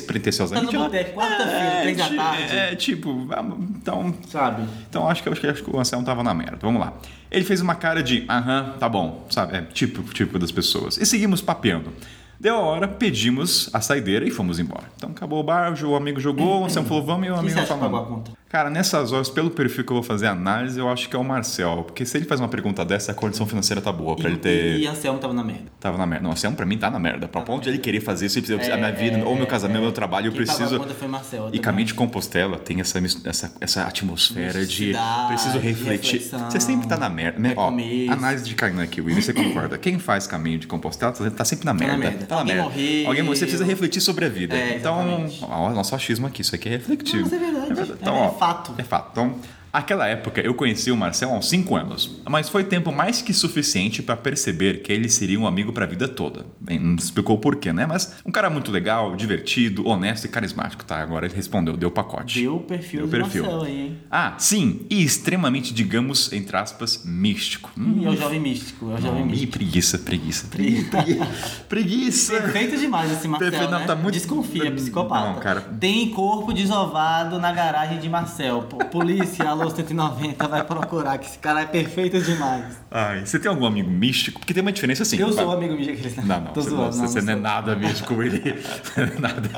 Speaker 2: Tá no
Speaker 1: despretensiosamente. ela-
Speaker 2: boteco, quarta-feira, três da
Speaker 1: ti-
Speaker 2: tarde.
Speaker 1: É, tipo, ah, então.
Speaker 2: Sabe?
Speaker 1: Então acho que, acho, que, acho que o Anselmo tava na merda. Vamos lá. Ele fez uma cara de aham, tá bom, sabe? É tipo, tipo das pessoas. E seguimos papeando. Deu a hora, pedimos a saideira e fomos embora. Então acabou o bar, o amigo jogou, o Anselmo falou vamos e o
Speaker 2: Quem
Speaker 1: amigo tá
Speaker 2: você acha que
Speaker 1: falou.
Speaker 2: pagou a
Speaker 1: não.
Speaker 2: conta?
Speaker 1: Cara, nessas horas, pelo perfil que eu vou fazer a análise, eu acho que é o Marcel. Porque se ele faz uma pergunta dessa, a condição financeira tá boa pra ele ter.
Speaker 2: E, e Anselmo tava na merda.
Speaker 1: Tava na merda. Não, o Anselmo pra mim tá na merda. Pra ponto de ele querer fazer isso, ele precisa. a
Speaker 2: É,
Speaker 1: minha vida, ou meu casamento, ou meu trabalho, eu
Speaker 2: Quem pagou
Speaker 1: preciso.
Speaker 2: a conta foi Marcel. eu
Speaker 1: E
Speaker 2: também
Speaker 1: Caminho de Compostela tem essa, mis- essa, essa atmosfera de
Speaker 2: Misticidade,
Speaker 1: preciso refletir.
Speaker 2: reflexão,
Speaker 1: você sempre tá na merda. né? Ó,
Speaker 2: recomeço.
Speaker 1: análise de Kainan aqui, William, você concorda. Quem faz Caminho de Compostela tá tá sempre na merda.
Speaker 2: merda.
Speaker 1: Tá na
Speaker 2: Alguém
Speaker 1: merda.
Speaker 2: morreu.
Speaker 1: Alguém morreu. Você precisa refletir sobre a vida.
Speaker 2: É,
Speaker 1: então,
Speaker 2: exatamente.
Speaker 1: ó, nosso achismo aqui, isso aqui é refletivo.
Speaker 2: Não, mas é verdade.
Speaker 1: Então,
Speaker 2: É
Speaker 1: ó,
Speaker 2: fato.
Speaker 1: É fato. Então, aquela época eu conheci o Marcel há uns 5 anos, mas foi tempo mais que suficiente para perceber que ele seria um amigo para a vida toda. Bem, não explicou o porquê, né? Mas um cara muito legal, divertido, honesto e carismático, tá? Agora ele respondeu, deu o pacote.
Speaker 2: Deu o perfil
Speaker 1: Deu
Speaker 2: do
Speaker 1: perfil.
Speaker 2: Marcel aí, hein?
Speaker 1: Ah, sim, e extremamente, digamos, entre aspas, místico. Hum,
Speaker 2: E é o jovem místico, é o jovem místico.
Speaker 1: Ih, preguiça, preguiça, preguiça. preguiça.
Speaker 2: Perfeito é demais esse Marcel,
Speaker 1: Perfeito, não,
Speaker 2: né?
Speaker 1: tá muito-
Speaker 2: Desconfia, é psicopata.
Speaker 1: Não, cara.
Speaker 2: Tem corpo desovado na garagem de Marcel. P- Polícia, alô 190, vai procurar que esse cara é perfeito demais.
Speaker 1: Ai, você tem algum amigo místico? Porque tem uma diferença assim.
Speaker 2: eu
Speaker 1: vai-
Speaker 2: sou o amigo místico que eles
Speaker 1: Não, não,
Speaker 2: Tô
Speaker 1: você,
Speaker 2: zoando,
Speaker 1: não,
Speaker 2: não,
Speaker 1: você
Speaker 2: não
Speaker 1: não é
Speaker 2: sou.
Speaker 1: nada mesmo com ele. Você não é nada.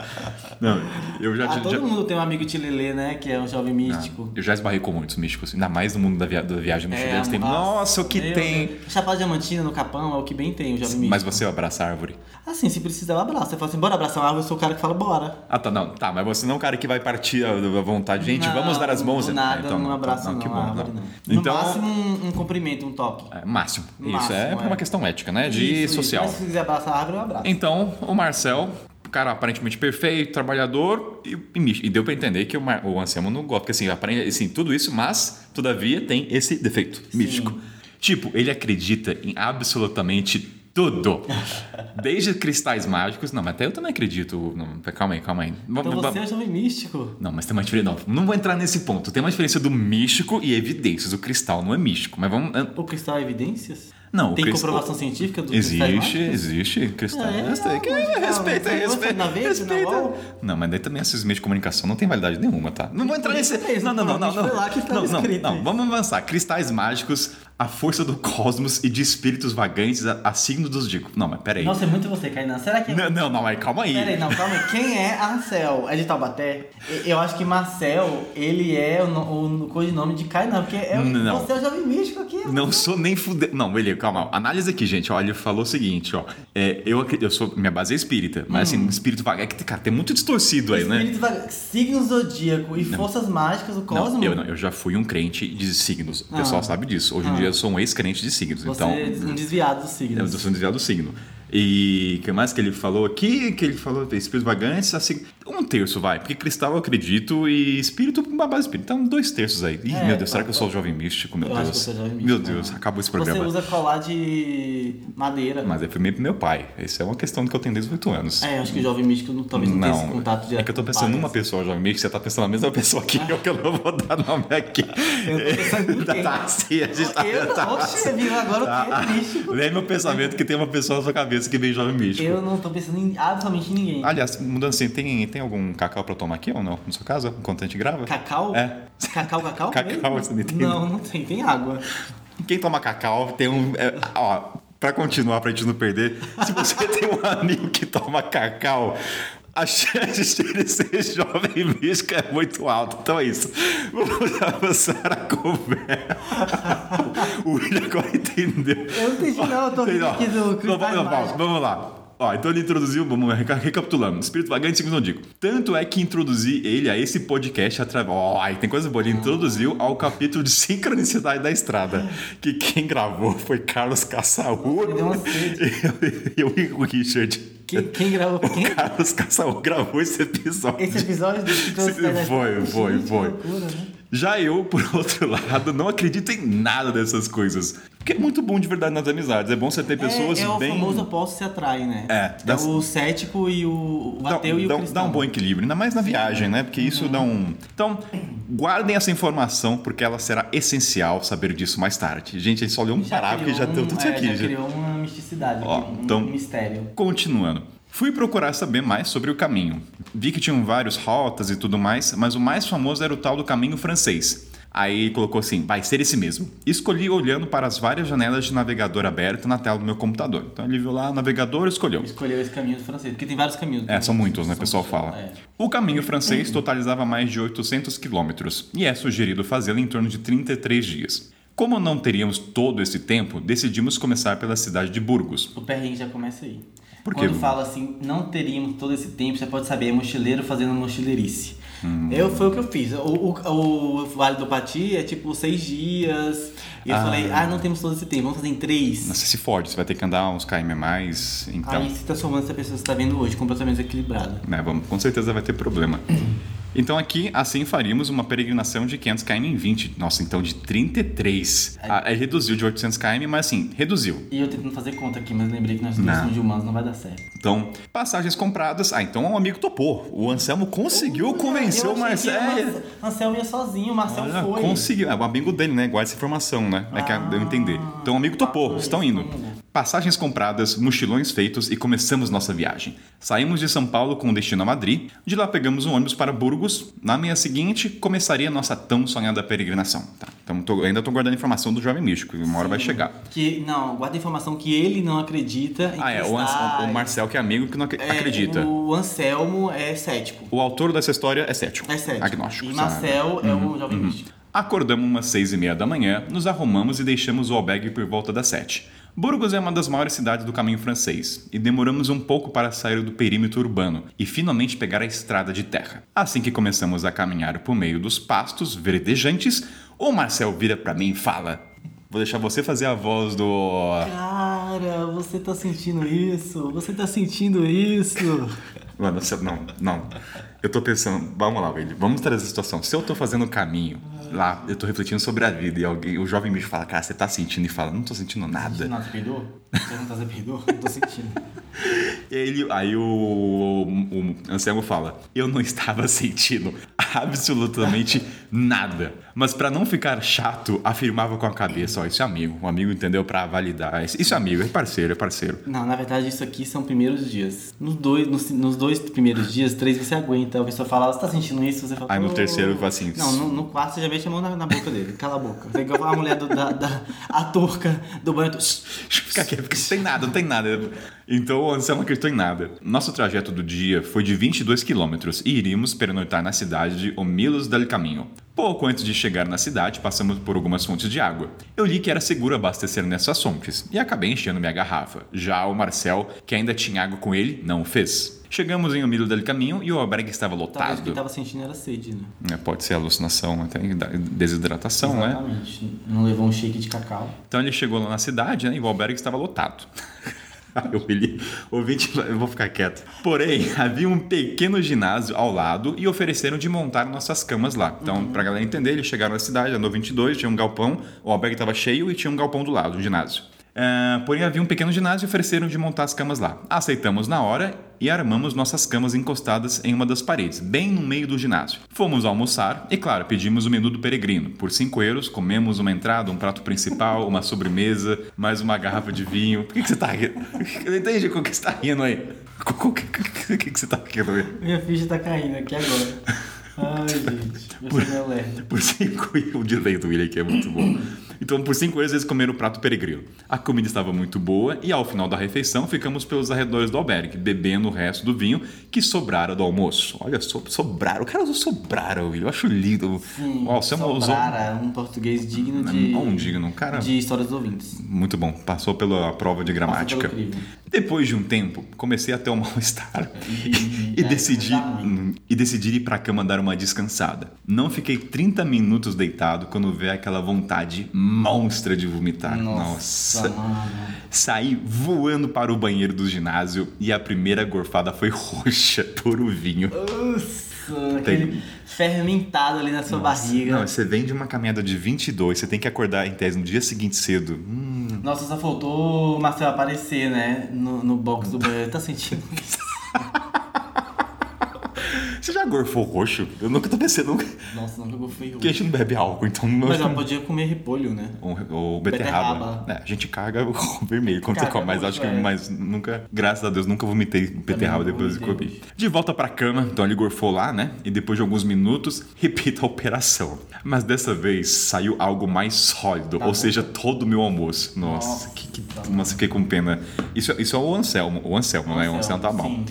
Speaker 1: Não, eu já,
Speaker 2: Ah, todo
Speaker 1: já-
Speaker 2: mundo tem um amigo Tilelê, né? Que é um jovem místico.
Speaker 1: eu já esbarrei com muitos místicos, ainda mais no mundo da, via- da viagem no
Speaker 2: É,
Speaker 1: é, tem. Nossa, o que
Speaker 2: meu
Speaker 1: tem!
Speaker 2: Deus. Chapada Diamantina no Capão é o que bem tem, o jovem místico.
Speaker 1: Mas você abraça a árvore.
Speaker 2: Assim, se precisar, eu abraço. Você fala assim, bora abraçar uma árvore, eu sou o cara que fala, bora.
Speaker 1: Ah, tá, não, tá, mas você não é um cara que vai partir à à vontade. Gente,
Speaker 2: Não,
Speaker 1: vamos dar as mãos.
Speaker 2: do
Speaker 1: Ah,
Speaker 2: Nada, não
Speaker 1: tá,
Speaker 2: abraço, não,
Speaker 1: que bom,
Speaker 2: a árvore, não.
Speaker 1: Então,
Speaker 2: No máximo, um, um cumprimento, um toque.
Speaker 1: é, máximo. Isso
Speaker 2: Máximo,
Speaker 1: é,
Speaker 2: é.
Speaker 1: uma questão ética, né? De
Speaker 2: Isso, isso.
Speaker 1: social.
Speaker 2: Mas se quiser abraçar a árvore, eu abraço.
Speaker 1: Então, o Marcel, cara aparentemente perfeito, trabalhador, e, e me- e deu pra entender que o, Mar, o Anselmo não gosta. Porque assim, aparente, assim, tudo isso, mas todavia tem esse defeito místico. Tipo, ele acredita em absolutamente tudo. Desde cristais mágicos. Não, mas até eu também acredito. Não, calma aí, calma aí. Vamos-
Speaker 2: Então
Speaker 1: vamos-
Speaker 2: você é o jovem místico.
Speaker 1: não, mas tem uma diferença. Não, não vou entrar nesse ponto. Tem uma diferença do místico e evidências. O cristal não é místico, mas vamos.
Speaker 2: O cristal é evidências?
Speaker 1: Não, o
Speaker 2: Tem
Speaker 1: cristão-
Speaker 2: comprovação científica do que faz
Speaker 1: Existe,
Speaker 2: mágica?
Speaker 1: existe. Cristã.
Speaker 2: É,
Speaker 1: É, que,
Speaker 2: não, não,
Speaker 1: respeita,
Speaker 2: não, não,
Speaker 1: respeita.
Speaker 2: na Veja, na
Speaker 1: respeita.
Speaker 2: UOL.
Speaker 1: Não, mas daí também esses meios de comunicação não tem validade nenhuma, tá? Não vou entrar nesse.
Speaker 2: Isso mesmo,
Speaker 1: Não, não, não, não.
Speaker 2: provavelmente
Speaker 1: Não,
Speaker 2: foi lá que tava
Speaker 1: não, não,
Speaker 2: escrito
Speaker 1: não.
Speaker 2: isso.
Speaker 1: Vamos avançar. Cristais mágicos, a força do cosmos e de espíritos vagantes a, a signo dos dicos. Não, mas peraí.
Speaker 2: Nossa, é muito você, Kainan. Será que é
Speaker 1: Não, não, não, mas calma aí.
Speaker 2: Peraí, não, calma aí. Quem é Marcel? É de Taubaté? E- Eu acho que Marcel, ele é o, no- o codinome de Kainan, porque é
Speaker 1: Não.
Speaker 2: você é o jovem místico aqui.
Speaker 1: Não sou nem fude... Não, beleza, calma. Análise aqui, gente. Olha, ele falou o seguinte, ó. É, eu, acre- eu sou... Minha base é espírita. Mas, assim, espírito vaga... É que, cara, tem muito distorcido aí, né?
Speaker 2: Hum. Espírito da... Signo zodíaco e forças mágicas do cosmos.
Speaker 1: Não, eu não. Eu já fui um crente de signos. O
Speaker 2: Ah.
Speaker 1: pessoal sabe disso. Hoje em
Speaker 2: Ah.
Speaker 1: dia eu sou um ex-crente de signos.
Speaker 2: Você
Speaker 1: então,
Speaker 2: é um desviado dos
Speaker 1: eu
Speaker 2: signos.
Speaker 1: sou um desviado do signo. E o que mais que ele falou aqui? Que ele falou de espírito vagante, assim, um terço vai, porque cristal eu acredito e espírito, uma base espírita. Então, dois terços aí. Ih,
Speaker 2: É,
Speaker 1: meu Deus, será
Speaker 2: eu-
Speaker 1: que eu sou o jovem místico? Meu
Speaker 2: eu acho
Speaker 1: Deus.
Speaker 2: que eu sou jovem místico,
Speaker 1: Meu
Speaker 2: né?
Speaker 1: Deus, acabou esse
Speaker 2: Você
Speaker 1: programa.
Speaker 2: usa colar de madeira.
Speaker 1: Mas é primeiro pro meu pai. Essa é uma questão que eu tenho desde os 18 anos.
Speaker 2: É, eu acho que o jovem místico não- talvez não, tenha esse contato direto.
Speaker 1: é que eu tô
Speaker 2: com
Speaker 1: pensando
Speaker 2: pais.
Speaker 1: numa pessoa, jovem místico, você tá pensando na mesma pessoa que eu, que eu não vou dar nome aqui.
Speaker 2: Eu tô pensando em quem?
Speaker 1: tá, sim, a gente tá,
Speaker 2: Eu
Speaker 1: tá-
Speaker 2: não, oxe, viu agora o que é místico.
Speaker 1: Lê meu pensamento que tem uma pessoa na sua cabeça que vem jovem místico.
Speaker 2: Eu não tô pensando em absolutamente em ninguém.
Speaker 1: Aliás, mudando assim, tem, tem algum cacau pra eu tomar aqui ou não? No seu caso, enquanto a gente grava?
Speaker 2: Cacau?
Speaker 1: É.
Speaker 2: Cacau, cacau?
Speaker 1: Cacau,
Speaker 2: mesmo?
Speaker 1: você não entendeu?
Speaker 2: Não, não tem, tem água.
Speaker 1: Quem toma cacau tem um. é, ó, pra continuar, pra gente não perder, se você tem um amigo que toma cacau, a chance de ele ser jovem místico é muito alta. Então é isso. Vamos avançar a conversa. o William agora entendeu.
Speaker 2: Eu não entendi, não, eu tô rindo aqui do
Speaker 1: Não,
Speaker 2: Cristal
Speaker 1: vamos- não,
Speaker 2: Mágico.
Speaker 1: vamos- Vamos lá. Ó, então ele introduziu, vamos reca- recapitulando. Espírito vagante, segundo não digo. Tanto é que introduzi ele a esse podcast através. Ó, aí tem coisa boa. Ele introduziu ao capítulo de sincronicidade da estrada. Que quem gravou foi Carlos Caçaú.
Speaker 2: Me deu uma sede.
Speaker 1: Eu e o Richard.
Speaker 2: Quem, quem gravou? Quem?
Speaker 1: O Carlos Caçaú gravou esse episódio.
Speaker 2: Esse episódio do Ciclo
Speaker 1: Sim,
Speaker 2: Cidade-
Speaker 1: foi, foi,
Speaker 2: Gente, que
Speaker 1: foi.
Speaker 2: loucura, né?
Speaker 1: Já eu, por outro lado, não acredito em nada dessas coisas. Porque é muito bom de verdade nas amizades. É bom você ter pessoas
Speaker 2: é, é
Speaker 1: bem.
Speaker 2: o famoso oposto se atrai, né?
Speaker 1: É,
Speaker 2: É
Speaker 1: das-
Speaker 2: o cético e o, o
Speaker 1: Dá-
Speaker 2: ateu e o
Speaker 1: dá,
Speaker 2: cristão. Uhum.
Speaker 1: dá um bom equilíbrio, ainda mais na viagem, né? Porque isso dá um. Então, guardem essa informação, porque ela será essencial saber disso mais tarde. Gente, a gente só leu um
Speaker 2: Já
Speaker 1: parágrafo e já
Speaker 2: criou
Speaker 1: deu
Speaker 2: um-
Speaker 1: tudo isso
Speaker 2: é,
Speaker 1: aqui.
Speaker 2: Já
Speaker 1: gente.
Speaker 2: criou uma misticidade,
Speaker 1: Ó,
Speaker 2: um,
Speaker 1: então-
Speaker 2: um mistério.
Speaker 1: Continuando. Fui procurar saber mais sobre o caminho. Vi que tinham vários rotas e tudo mais, mas o mais famoso era o tal do caminho francês. Aí colocou assim, vai ser esse mesmo. Escolhi olhando para as várias janelas de navegador aberta na tela do meu computador. Então ele viu lá, navegador, escolheu.
Speaker 2: Escolheu esse caminho do francês, porque tem vários caminhos.
Speaker 1: É, são muitos, né? O
Speaker 2: São-
Speaker 1: pessoal fala.
Speaker 2: é.
Speaker 1: O caminho francês totalizava mais de 800 quilômetros e é sugerido fazê-lo em torno de 33 dias. Como não teríamos todo esse tempo, decidimos começar pela cidade de Burgos.
Speaker 2: O perrengue já começa aí.
Speaker 1: Por quê,
Speaker 2: Quando
Speaker 1: Bruno?
Speaker 2: fala assim, não teríamos todo esse tempo, você pode saber, é mochileiro fazendo mochileirice.
Speaker 1: Hum.
Speaker 2: Eu, foi o que eu fiz. O, o- o Vale do Pati é tipo seis dias. E eu
Speaker 1: Ah.
Speaker 2: falei, ah, não temos todo esse tempo, vamos fazer em três.
Speaker 1: Nossa, se fode, você vai ter que andar uns km a mais, então,
Speaker 2: Aí se transformando essa pessoa que você tá vendo hoje, completamente desequilibrada.
Speaker 1: né, vamos, com certeza vai ter problema. Então aqui, assim faríamos uma peregrinação de 500 km em 20. Nossa, então de 33. Ah, é, reduziu de 800 km, mas assim, reduziu.
Speaker 2: E eu tentando fazer conta aqui, mas lembrei que nós não somos de humanos, não vai dar certo.
Speaker 1: Então, passagens compradas. Ah, então um amigo topou. O Anselmo conseguiu convencer
Speaker 2: Eu
Speaker 1: o
Speaker 2: achei que
Speaker 1: Marcelo.
Speaker 2: o Marce- Anselmo ia sozinho, o Marcel
Speaker 1: Olha,
Speaker 2: foi.
Speaker 1: conseguiu. É o amigo dele, né? Guarda essa informação, né? É que
Speaker 2: Ah.
Speaker 1: deu a entender. Então, o amigo topou,
Speaker 2: Ah,
Speaker 1: estão
Speaker 2: eles
Speaker 1: indo.
Speaker 2: estão indo.
Speaker 1: Passagens compradas, mochilões feitos e começamos nossa viagem. Saímos de São Paulo com destino a Madrid, de lá pegamos um ônibus para Burgos. Na manhã seguinte, começaria nossa tão sonhada peregrinação. Tá? Então, tô- ainda estou guardando a informação do jovem místico, uma hora vai chegar.
Speaker 2: Que, não, guarda a informação que ele não acredita em
Speaker 1: Ah, é, o, Ans-
Speaker 2: cristais.
Speaker 1: o Marcel, que é amigo, que não ac-
Speaker 2: É,
Speaker 1: acredita.
Speaker 2: O Anselmo é cético.
Speaker 1: O autor dessa história é cético.
Speaker 2: É cético.
Speaker 1: Agnóstico.
Speaker 2: E
Speaker 1: sabe? Uhum,
Speaker 2: Marcel é o jovem místico.
Speaker 1: Acordamos umas seis e meia da manhã, nos arrumamos e deixamos o albergue por volta das sete. Burgos é uma das maiores cidades do caminho francês, e demoramos um pouco para sair do perímetro urbano e finalmente pegar a estrada de terra. Assim que começamos a caminhar por meio dos pastos verdejantes, o Marcel vira para mim e fala: Vou deixar você fazer a voz do.
Speaker 2: Cara, você tá sentindo isso? Você tá sentindo isso?
Speaker 1: Mano, você- não, não. Eu tô pensando, vamos lá, velho. Vamos trazer a situação. Se eu tô fazendo o caminho lá, eu tô refletindo sobre a vida e alguém, o jovem bicho fala, cara, você tá sentindo? E fala, não tô sentindo nada.
Speaker 2: Não, você peidou? Você não tá você peidou? Não tô sentindo.
Speaker 1: E ele, aí o, o Anselmo fala: Eu não estava sentindo absolutamente nada. Mas pra não ficar chato, afirmava com a cabeça: Ó, isso é amigo. O amigo entendeu pra validar. Isso isso é amigo, é parceiro, é parceiro.
Speaker 2: Não, na verdade, isso aqui são primeiros dias. Nos dois, nos, nos dois primeiros dias, três você aguenta. A pessoa fala, você tá sentindo isso? Você fala,
Speaker 1: Aí no
Speaker 2: "Ô".
Speaker 1: terceiro, fala assim,
Speaker 2: Não, no, no quarto você já mete a mão na, na boca dele. Cala a boca. Você igual a mulher do, da, da- A turca do banho. tu-
Speaker 1: Fica quieto, porque não tem nada, não tem nada. Então o Anselmo não acreditou em nada. Nosso trajeto do dia foi de 22 quilômetros e iríamos pernoitar na cidade de Omilos del Caminho. Pouco antes de chegar na cidade, passamos por algumas fontes de água. Eu li que era seguro abastecer nessas fontes e acabei enchendo minha garrafa. Já o Marcel, que ainda tinha água com ele, não o fez. Chegamos em Omilos del Caminho e o albergue estava
Speaker 2: Talvez então. o que
Speaker 1: lotado.
Speaker 2: ele tava sentindo era sede, né?
Speaker 1: É, Pode ser alucinação, até desidratação, né?
Speaker 2: Exatamente. Não levou um shake de cacau.
Speaker 1: Então ele chegou lá na cidade, né? E o albergue estava lotado. Eu li, ouvinte, eu vou ficar quieto. Porém, havia um pequeno ginásio ao lado e ofereceram de montar nossas camas lá. Então, pra galera entender, eles chegaram na cidade, andou 22, tinha um galpão, o albergue estava cheio e tinha um galpão do lado, um ginásio. Ah, porém, havia um pequeno ginásio e ofereceram de montar as camas lá. Aceitamos na hora e armamos nossas camas encostadas em uma das paredes, bem no meio do ginásio. Fomos almoçar e, claro, pedimos o menu do peregrino. Por 5 euros, comemos uma entrada, um prato principal, uma sobremesa, mais uma garrafa de vinho. Por que, que você tá rindo? Eu não entendi o que você tá rindo aí. O que, que, que você tá rindo aí?
Speaker 2: Minha ficha tá caindo aqui agora. Ai, gente. Você não é lerdo.
Speaker 1: Por 5 o delay do William, que é muito bom. Então, por 5 euros, eles comeram o prato peregrino. A comida estava muito boa e, ao final da refeição, ficamos pelos arredores do albergue, bebendo o resto do vinho que sobrara do almoço. Olha, so, sobraram. O cara usou sobrara, William. Eu acho lindo.
Speaker 2: Sim,
Speaker 1: Ó, é o Sam usou
Speaker 2: sobrara um português digno de.
Speaker 1: um digno, um cara-
Speaker 2: De histórias dos ouvintes. tá
Speaker 1: muito bom. Passou pela prova de gramática.
Speaker 2: pelo crivo.
Speaker 1: Depois de um tempo, comecei a ter um mal-estar.
Speaker 2: E-
Speaker 1: E, decidi,
Speaker 2: é, dá ruim.
Speaker 1: hum, e decidi ir pra cama dar uma descansada. Não fiquei 30 minutos deitado quando veio aquela vontade monstra de vomitar.
Speaker 2: Nossa, mano.
Speaker 1: Saí voando para o banheiro do ginásio e a primeira gorfada foi roxa por o vinho.
Speaker 2: Nossa,
Speaker 1: Tem-
Speaker 2: aquele fermentado ali na sua barriga.
Speaker 1: Não, você vem de uma caminhada de 22, você tem que acordar em tese no dia seguinte cedo. Hum,
Speaker 2: Nossa, só faltou o Marcel aparecer, né? No, no box do banheiro. Tá sentindo?
Speaker 1: você já gorfou roxo? Eu nunca tô pensando, nunca.
Speaker 2: Nossa, não jogou feio.
Speaker 1: Porque a gente não bebe álcool, então não
Speaker 2: Mas ela podia comer repolho, né?
Speaker 1: Ou, ou beterraba.
Speaker 2: Beterraba.
Speaker 1: É, a gente caga o vermelho quando
Speaker 2: Caga
Speaker 1: você come, mas
Speaker 2: muito,
Speaker 1: acho que
Speaker 2: é.
Speaker 1: mas nunca, graças a Deus, nunca vomitei beterraba
Speaker 2: não
Speaker 1: depois de
Speaker 2: vomitei.
Speaker 1: comer. De volta pra cama, então ele gorfou lá, né? E depois de alguns minutos, repita a operação. Mas dessa vez saiu algo mais sólido, ou seja, todo o meu almoço. Nossa,
Speaker 2: Tá Nossa, tá
Speaker 1: que, que, nossa, fiquei com pena. Isso, isso é o Anselmo, o Anselmo, né? O Anselmo tá bom.
Speaker 2: sim.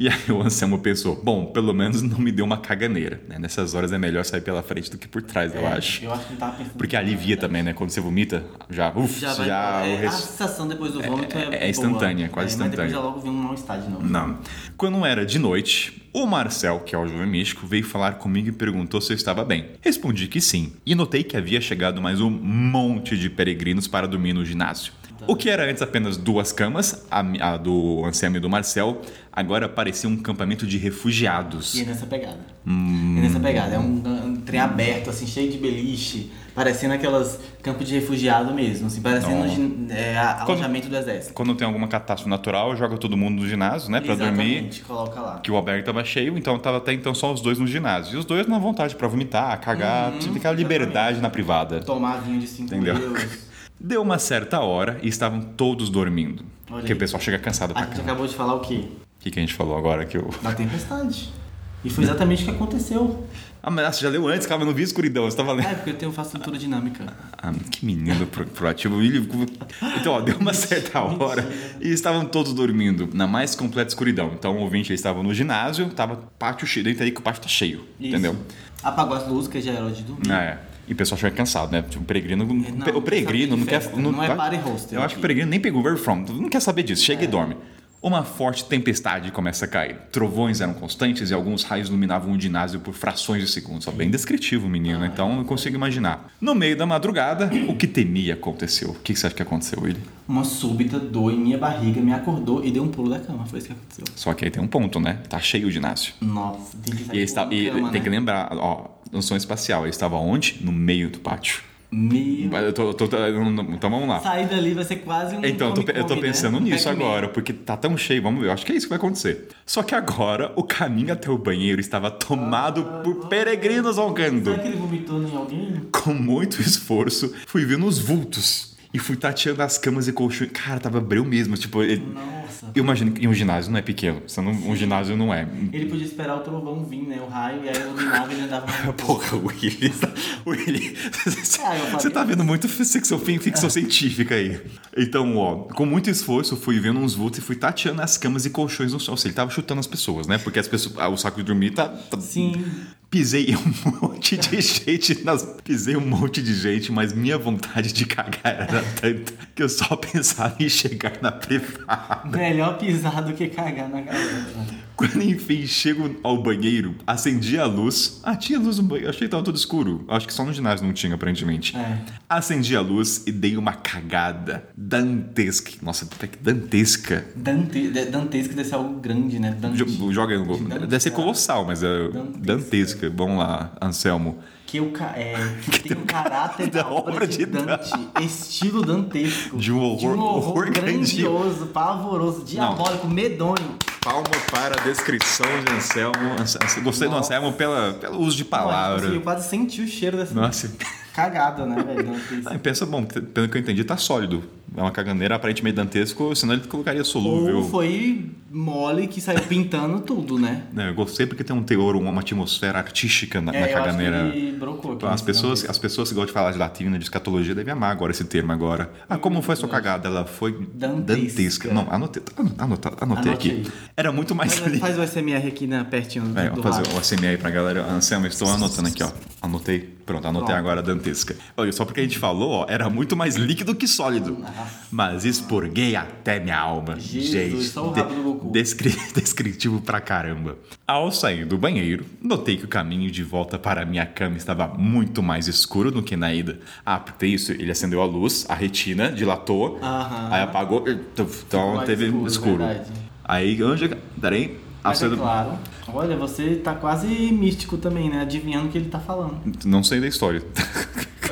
Speaker 1: E aí o Anselmo pensou, bom, pelo menos não me deu uma caganeira, né? Nessas horas é melhor sair pela frente do que por trás,
Speaker 2: É.
Speaker 1: eu acho.
Speaker 2: Eu acho que não tava pensando.
Speaker 1: Porque alivia também, né? Quando você vomita, já, uf,
Speaker 2: Já
Speaker 1: já,
Speaker 2: vai. é,
Speaker 1: o
Speaker 2: A
Speaker 1: res...
Speaker 2: sensação depois do vômito é.
Speaker 1: é
Speaker 2: boa.
Speaker 1: instantânea, quase
Speaker 2: Mas depois
Speaker 1: instantânea.
Speaker 2: já logo vem um mal-estar de novo.
Speaker 1: Não. Quando era de noite, o Marcel, que é o jovem místico, veio falar comigo e perguntou se eu estava bem. Respondi que sim, e notei que havia chegado mais um monte de peregrinos para dormir no ginásio. O que era antes apenas duas camas, a, mi- a do Anselmo e do Marcel, agora parecia um campamento de refugiados.
Speaker 2: E é nessa pegada.
Speaker 1: Hum.
Speaker 2: É nessa pegada. É um, um trem aberto, assim, cheio de beliche. Parecendo aquelas campos de refugiado mesmo, assim, parecendo
Speaker 1: Não.
Speaker 2: um gin- é, a-
Speaker 1: Quando-
Speaker 2: alojamento do exército.
Speaker 1: Quando tem alguma catástrofe natural, joga todo mundo no ginásio, né? Pra dormir.
Speaker 2: Exatamente, coloca lá.
Speaker 1: que o albergue tava cheio, então tava até então só os dois no ginásio. E os dois na vontade pra vomitar, cagar,
Speaker 2: Uhum.
Speaker 1: tinha aquela liberdade na privada.
Speaker 2: Tomar vinho de 5
Speaker 1: Entendeu?
Speaker 2: euros.
Speaker 1: Deu uma certa hora e estavam todos dormindo.
Speaker 2: Olha
Speaker 1: Porque
Speaker 2: aí. Ah,
Speaker 1: o pessoal chega cansado
Speaker 2: A
Speaker 1: pra
Speaker 2: gente
Speaker 1: cama.
Speaker 2: acabou de falar o quê?
Speaker 1: O que, que a gente falou agora que eu.
Speaker 2: Da tempestade. E foi exatamente o que aconteceu.
Speaker 1: Ah, mas você já leu antes, calma, eu não vi escuridão, você tava lendo.
Speaker 2: É, porque eu tenho faço leitura dinâmica.
Speaker 1: Ah, que menino pro- proativo. Ele- Então, ó, deu uma certa hora e estavam todos dormindo na mais completa escuridão. Então, o ouvinte eles estavam no ginásio, tava pátio cheio. Deita aí que o pátio tá cheio,
Speaker 2: Isso.
Speaker 1: entendeu?
Speaker 2: Apagou as luzes, que já era hora de dormir.
Speaker 1: Ah, é. E o pessoal chega cansado, né? Tipo, o peregrino.
Speaker 2: não,
Speaker 1: o peregrino
Speaker 2: não
Speaker 1: não quer.
Speaker 2: sabe de festa, não é party hostel
Speaker 1: Eu acho que
Speaker 2: aqui. É.
Speaker 1: o peregrino nem pegou o verbo from. Não quer saber disso. Chega e dorme. Uma forte tempestade começa a cair. Trovões eram constantes e alguns raios iluminavam o ginásio por frações de segundos. Só bem descritivo,
Speaker 2: Ah.
Speaker 1: menino. então eu consigo imaginar. No meio da madrugada, o que temia aconteceu. O que você acha que aconteceu, William?
Speaker 2: Uma súbita dor em minha barriga me acordou e deu um pulo da cama. Foi isso que aconteceu.
Speaker 1: Só que aí tem um ponto, né? Tá cheio o ginásio.
Speaker 2: Nossa, tem que sair
Speaker 1: E, eles
Speaker 2: pulando
Speaker 1: tavam- e
Speaker 2: cama,
Speaker 1: tem
Speaker 2: né?
Speaker 1: que lembrar, ó, Noção espacial. Ele estava onde? No meio do pátio.
Speaker 2: Meu.
Speaker 1: Eu tô, eu tô- então vamos lá.
Speaker 2: Sair dali vai ser quase um.
Speaker 1: Então, eu tô, pe- eu tô
Speaker 2: come-come, né?
Speaker 1: pensando
Speaker 2: Um
Speaker 1: nisso
Speaker 2: Pac-Man.
Speaker 1: agora, porque tá tão cheio, vamos ver, eu acho que é isso que vai acontecer. Só que agora, o caminho até o banheiro estava tomado por peregrinos
Speaker 2: Será
Speaker 1: algando.
Speaker 2: que ele vomitou em alguém?
Speaker 1: Com muito esforço, fui vendo os vultos. E fui tateando as camas e colchões. Cara, tava breu mesmo. Tipo, ele-
Speaker 2: Nossa.
Speaker 1: eu imagino que um ginásio não é pequeno. Sendo um um ginásio não é.
Speaker 2: Ele podia esperar o trovão vir, né? O raio, e aí iluminava e ele andava.
Speaker 1: Porra, Willy. tá- Willy.
Speaker 2: Ah, eu falei. É.
Speaker 1: Você tá vendo muito ficção, ficção científica aí. Então, ó, com muito esforço, fui vendo uns vultos e fui tateando as camas e colchões no chão. Ou seja, ele tava chutando as pessoas, né? Porque as pessoas. ah, o saco de dormir tá. tá-
Speaker 2: Sim.
Speaker 1: Pisei em um monte de gente. Nas, pisei em um monte de gente, mas minha vontade de cagar era tanta que eu só pensava em chegar na privada.
Speaker 2: Melhor pisar do que cagar na garota.
Speaker 1: Quando enfim chego ao banheiro, acendi a luz. Ah, tinha luz no banheiro. Achei que tava tudo escuro. Acho que só no ginásio não tinha, aparentemente.
Speaker 2: É.
Speaker 1: Acendi a luz e dei uma cagada dantesca. Nossa, até que dantesca.
Speaker 2: Dante, de- dantesco deve ser algo grande, né? Dante.
Speaker 1: Jo- Joga aí no gol.
Speaker 2: Dantesca.
Speaker 1: Deve ser colossal, mas é
Speaker 2: Dantesca.
Speaker 1: dantesca. Vamos lá, Anselmo.
Speaker 2: Que, o ca- é, que
Speaker 1: um
Speaker 2: tem o caráter da, obra, de Dante. Estilo dantesco.
Speaker 1: De um horror- horror grandioso.
Speaker 2: grandioso, pavoroso, diabólico, medonho.
Speaker 1: Palma para a descrição de Anselmo. Anse- Anse- Gostei do
Speaker 2: Nossa.
Speaker 1: Anselmo pela, pelo uso de
Speaker 2: Nossa, Eu
Speaker 1: palavra.
Speaker 2: quase senti o cheiro dessa
Speaker 1: Nossa.
Speaker 2: cagada, né, velho? dantesca.
Speaker 1: Ah, Pensa, bom, pelo que eu entendi, tá sólido. É uma caganeira aparentemente dantesco, senão ele colocaria solúvel.
Speaker 2: Ou foi mole que saiu pintando tudo, né?
Speaker 1: Não, eu gostei porque tem um teor, uma, uma atmosfera artística na,
Speaker 2: É,
Speaker 1: na
Speaker 2: eu
Speaker 1: caganeira.
Speaker 2: acho que ele brocou.
Speaker 1: Então, as pessoas, as pessoas que gostam de falar de latina, de escatologia, devem amar agora esse termo agora. Ah, como foi a sua cagada? Ela foi
Speaker 2: Dantesca.
Speaker 1: dantesca. Não, anotei, anota- anota- anotei
Speaker 2: Anote
Speaker 1: aqui.
Speaker 2: aí.
Speaker 1: Era muito mais
Speaker 2: Faz,
Speaker 1: lindo.
Speaker 2: faz o SMR aqui, né, pertinho do,
Speaker 1: É,
Speaker 2: do
Speaker 1: vou fazer
Speaker 2: rato.
Speaker 1: o ASMR aí pra galera. Anselmo, eu estou anotando aqui, ó. Anotei. Pronto, anotei
Speaker 2: Pronto.
Speaker 1: agora a dantesca. Olha, só porque a gente falou, ó, era muito mais líquido que sólido. Mas expurguei até minha alma.
Speaker 2: Ah, Jesus, é um
Speaker 1: Gente,
Speaker 2: só o rabo do Goku.
Speaker 1: descri- descritivo pra caramba. Ao sair do banheiro, notei que o caminho de volta para minha cama estava muito mais escuro do que na ida. Ah, porque tem isso, ele acendeu a luz, a retina, dilatou,
Speaker 2: Aham.
Speaker 1: aí apagou, então
Speaker 2: mais
Speaker 1: teve
Speaker 2: escuro, é
Speaker 1: escuro.
Speaker 2: verdade.
Speaker 1: Aí, onde... é Peraí.
Speaker 2: Mas é
Speaker 1: acedo-
Speaker 2: claro. Olha, você tá quase místico também, né? Adivinhando o que ele tá falando.
Speaker 1: Não sei da história.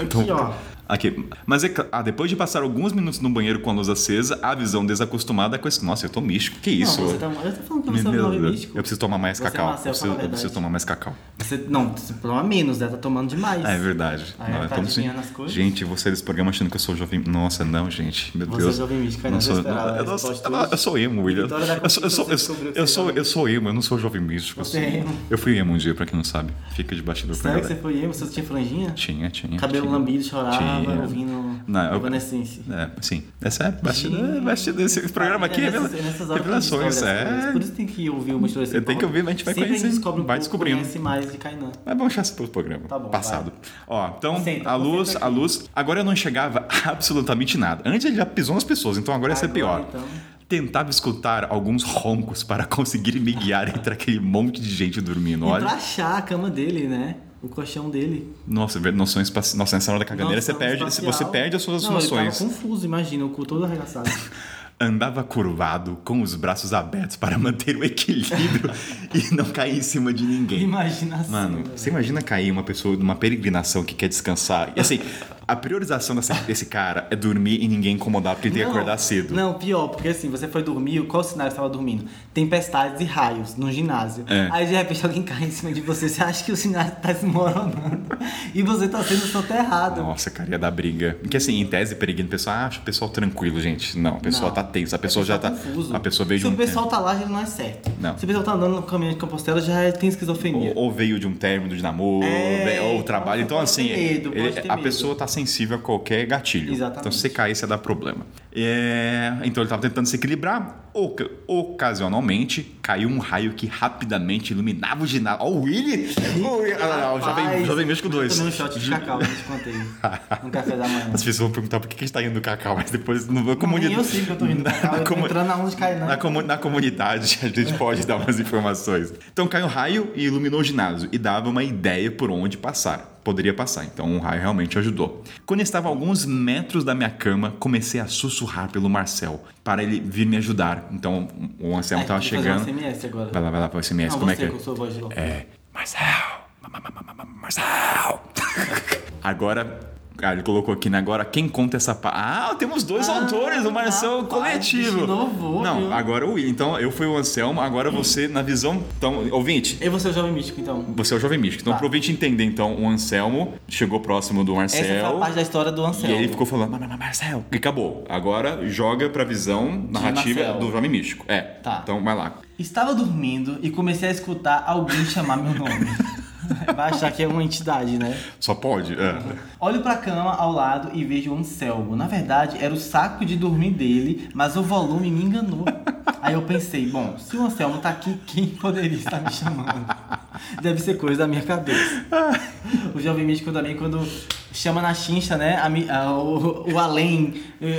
Speaker 1: Então,
Speaker 2: Aqui, ó.
Speaker 1: Aqui. Mas é cl- ah, depois de passar alguns minutos no banheiro com a luz acesa, a visão desacostumada com esse. Nossa, eu tô místico. Que isso?
Speaker 2: Não, você tá... Eu tô falando pra
Speaker 1: Meu
Speaker 2: você não é
Speaker 1: Deus.
Speaker 2: místico.
Speaker 1: Eu preciso tomar mais
Speaker 2: Você é
Speaker 1: cacau.
Speaker 2: Marcel,
Speaker 1: eu, preciso,
Speaker 2: fala a
Speaker 1: eu preciso
Speaker 2: verdade.
Speaker 1: tomar mais cacau.
Speaker 2: Você... Não, você falou a menos, né? Tá tomando demais.
Speaker 1: Ah, é verdade.
Speaker 2: Ah, é?
Speaker 1: eu
Speaker 2: Tá
Speaker 1: tô me sentindo-
Speaker 2: adivinhando as coisas?
Speaker 1: Gente, você desse programa achando que eu sou jovem. Nossa, não, gente. Meu
Speaker 2: Você
Speaker 1: Deus.
Speaker 2: é jovem místico, aí
Speaker 1: não
Speaker 2: não,
Speaker 1: sou,
Speaker 2: eu esperava
Speaker 1: não, eu,
Speaker 2: a
Speaker 1: não sou-
Speaker 2: resposta
Speaker 1: eu não-
Speaker 2: hoje.
Speaker 1: eu sou emo, William.
Speaker 2: Vitória da
Speaker 1: Eu sou, eu, sou, eu,
Speaker 2: Conquista,
Speaker 1: sou,
Speaker 2: você descobriu que
Speaker 1: eu,
Speaker 2: você
Speaker 1: sou,
Speaker 2: é jovem.
Speaker 1: eu sou emo, eu não sou jovem místico. eu
Speaker 2: Você
Speaker 1: sou-
Speaker 2: é emo.
Speaker 1: Eu fui emo um dia, pra quem não sabe. Fica de bastidor pra
Speaker 2: Sério que
Speaker 1: galera.
Speaker 2: você foi eu? Você tinha franjinha?
Speaker 1: Tinha, tinha.
Speaker 2: Cabelo
Speaker 1: tinha.
Speaker 2: lambido, chorava,
Speaker 1: Tinha.
Speaker 2: ouvindo
Speaker 1: Não, eu-
Speaker 2: Evanescence.
Speaker 1: É, sim. Essa é
Speaker 2: Gente,
Speaker 1: bastidor, bastidor esse programa aqui é
Speaker 2: nessas- nessas horas que a gente
Speaker 1: revelações,
Speaker 2: descobre as
Speaker 1: é.
Speaker 2: coisas. Por isso tem que ouvir o Mistura Sem
Speaker 1: Eu tenho que
Speaker 2: Pauta.
Speaker 1: ouvir, a gente vai
Speaker 2: Sempre a gente
Speaker 1: conhecendo,
Speaker 2: descobre um
Speaker 1: vai
Speaker 2: pouco,
Speaker 1: descobrindo.
Speaker 2: conhece mais de Kainan.
Speaker 1: Mas vamos deixar isso pro programa.
Speaker 2: Tá bom,
Speaker 1: Passado. Ó, então,
Speaker 2: Senta,
Speaker 1: a luz,
Speaker 2: senta
Speaker 1: a luz. Agora eu não enxergava absolutamente nada. Antes ele já pisou nas pessoas, então agora ia ser
Speaker 2: Agora,
Speaker 1: pior.
Speaker 2: então.
Speaker 1: Tentava escutar alguns roncos para conseguir me guiar entre aquele monte de gente dormindo.
Speaker 2: E pra
Speaker 1: Olha,
Speaker 2: achar a cama dele, né? O colchão dele.
Speaker 1: nossa, velho, noção espacial. Nossa, nessa hora da caganeira
Speaker 2: Nossa, tá um
Speaker 1: você perde,
Speaker 2: espacial.
Speaker 1: você perde as suas
Speaker 2: Não, Ele
Speaker 1: noções.
Speaker 2: tava confuso, imagina, o cu todo arregaçado.
Speaker 1: Andava curvado, com os braços abertos para manter o equilíbrio e não cair em cima de ninguém.
Speaker 2: imagina assim.
Speaker 1: Mano,
Speaker 2: né?
Speaker 1: você imagina cair uma pessoa numa peregrinação que quer descansar. E assim, a priorização dessa- desse cara é dormir e ninguém incomodar, porque ele tem que
Speaker 2: Não,
Speaker 1: acordar cedo.
Speaker 2: Não, pior, porque assim, você foi dormir, qual cenário você tava dormindo? Tempestades e raios no ginásio.
Speaker 1: É.
Speaker 2: Aí de repente alguém cai em cima de você, você acha que o ginásio tá desmoronando. e você tá sendo soterrado.
Speaker 1: Nossa, cara, ia dar briga. Porque assim, em tese, peregrino, o pessoal "Ah, acha o pessoal tranquilo, gente. Não, a pessoa
Speaker 2: Não.
Speaker 1: tá tensa, a pessoa já tá.
Speaker 2: confuso.
Speaker 1: A pessoa veio de
Speaker 2: Se
Speaker 1: um.
Speaker 2: o pessoal tá lá, já não é certo.
Speaker 1: Não.
Speaker 2: Se o pessoal tá andando no caminho de Compostela, já é- tem esquizofrenia.
Speaker 1: Ou, ou veio de um término de namoro,
Speaker 2: É,
Speaker 1: veio- ou
Speaker 2: então,
Speaker 1: trabalho. Então,
Speaker 2: pode
Speaker 1: assim,
Speaker 2: ter medo, pode
Speaker 1: ele-
Speaker 2: ter
Speaker 1: a
Speaker 2: medo.
Speaker 1: pessoa tá sensível a qualquer gatilho.
Speaker 2: Exatamente.
Speaker 1: Então, se você cair, você dá problema. É, então, ele tava tentando se equilibrar. Oca- ocasionalmente, caiu um raio que rapidamente iluminava o ginásio. Ó, o Willy! O Willy- ah, não, não, já vem, já vem México
Speaker 2: Eu tomei um
Speaker 1: 2.
Speaker 2: shot de cacau, eu te contei. No café da manhã.
Speaker 1: As pessoas vão perguntar por que que a gente tá indo cacau, mas depois não vou
Speaker 2: Nem
Speaker 1: comunidade.
Speaker 2: eu sei que eu tô indo cacau, eu tô
Speaker 1: comu-
Speaker 2: entrando na né? onda de Kainan.
Speaker 1: na, comu- na comunidade a gente pode dar umas informações. Então caiu um raio e iluminou o ginásio e dava uma ideia por onde passar. Poderia passar, então um raio realmente ajudou. Quando eu estava a alguns metros da minha cama, comecei a sussurrar pelo Marcel para ele vir me ajudar. Então o Anselmo estava
Speaker 2: Ai, É, tem que fazer
Speaker 1: chegando.
Speaker 2: Um SMS agora.
Speaker 1: Vai lá, vai lá para o SMS,
Speaker 2: um Não,
Speaker 1: como
Speaker 2: você
Speaker 1: é que
Speaker 2: com sua voz de louco.
Speaker 1: é? É. Marcel! Ma- ma- ma- ma- ma- Marcel! Agora, ah, ele colocou aqui, né? Agora, quem conta essa parte? Ah, temos dois autores, uma versão
Speaker 2: rapaz,
Speaker 1: coletivo.
Speaker 2: inovou,
Speaker 1: Não,
Speaker 2: viu?
Speaker 1: agora o Will. Então, eu fui o Anselmo, agora você na visão. Então, ouvinte,
Speaker 2: Eu vou ser o jovem místico, então.
Speaker 1: você é o Jovem Místico. Então,
Speaker 2: Tá.
Speaker 1: pro ouvinte entender, então, o Anselmo chegou próximo do Marcel.
Speaker 2: Essa foi a parte da história do
Speaker 1: E
Speaker 2: Anselmo.
Speaker 1: ele ficou falando, "Mas, mas, mas, Marcel, e acabou. Agora joga pra visão narrativa
Speaker 2: Marcel.
Speaker 1: do Jovem Místico. É.
Speaker 2: Tá.
Speaker 1: Então vai lá.
Speaker 2: Estava dormindo e comecei a escutar alguém chamar meu nome. Vai achar que é uma entidade, né?
Speaker 1: Só pode? É.
Speaker 2: Uhum. Olho pra cama ao lado e vejo o Anselmo. Na verdade, era o saco de dormir dele, mas o volume me enganou. Aí eu pensei, bom, se o Anselmo tá aqui, quem poderia estar me chamando? Deve ser coisa da minha cabeça. O jovem místico também, quando chama na chincha, né? a mi- a- o, o além eh,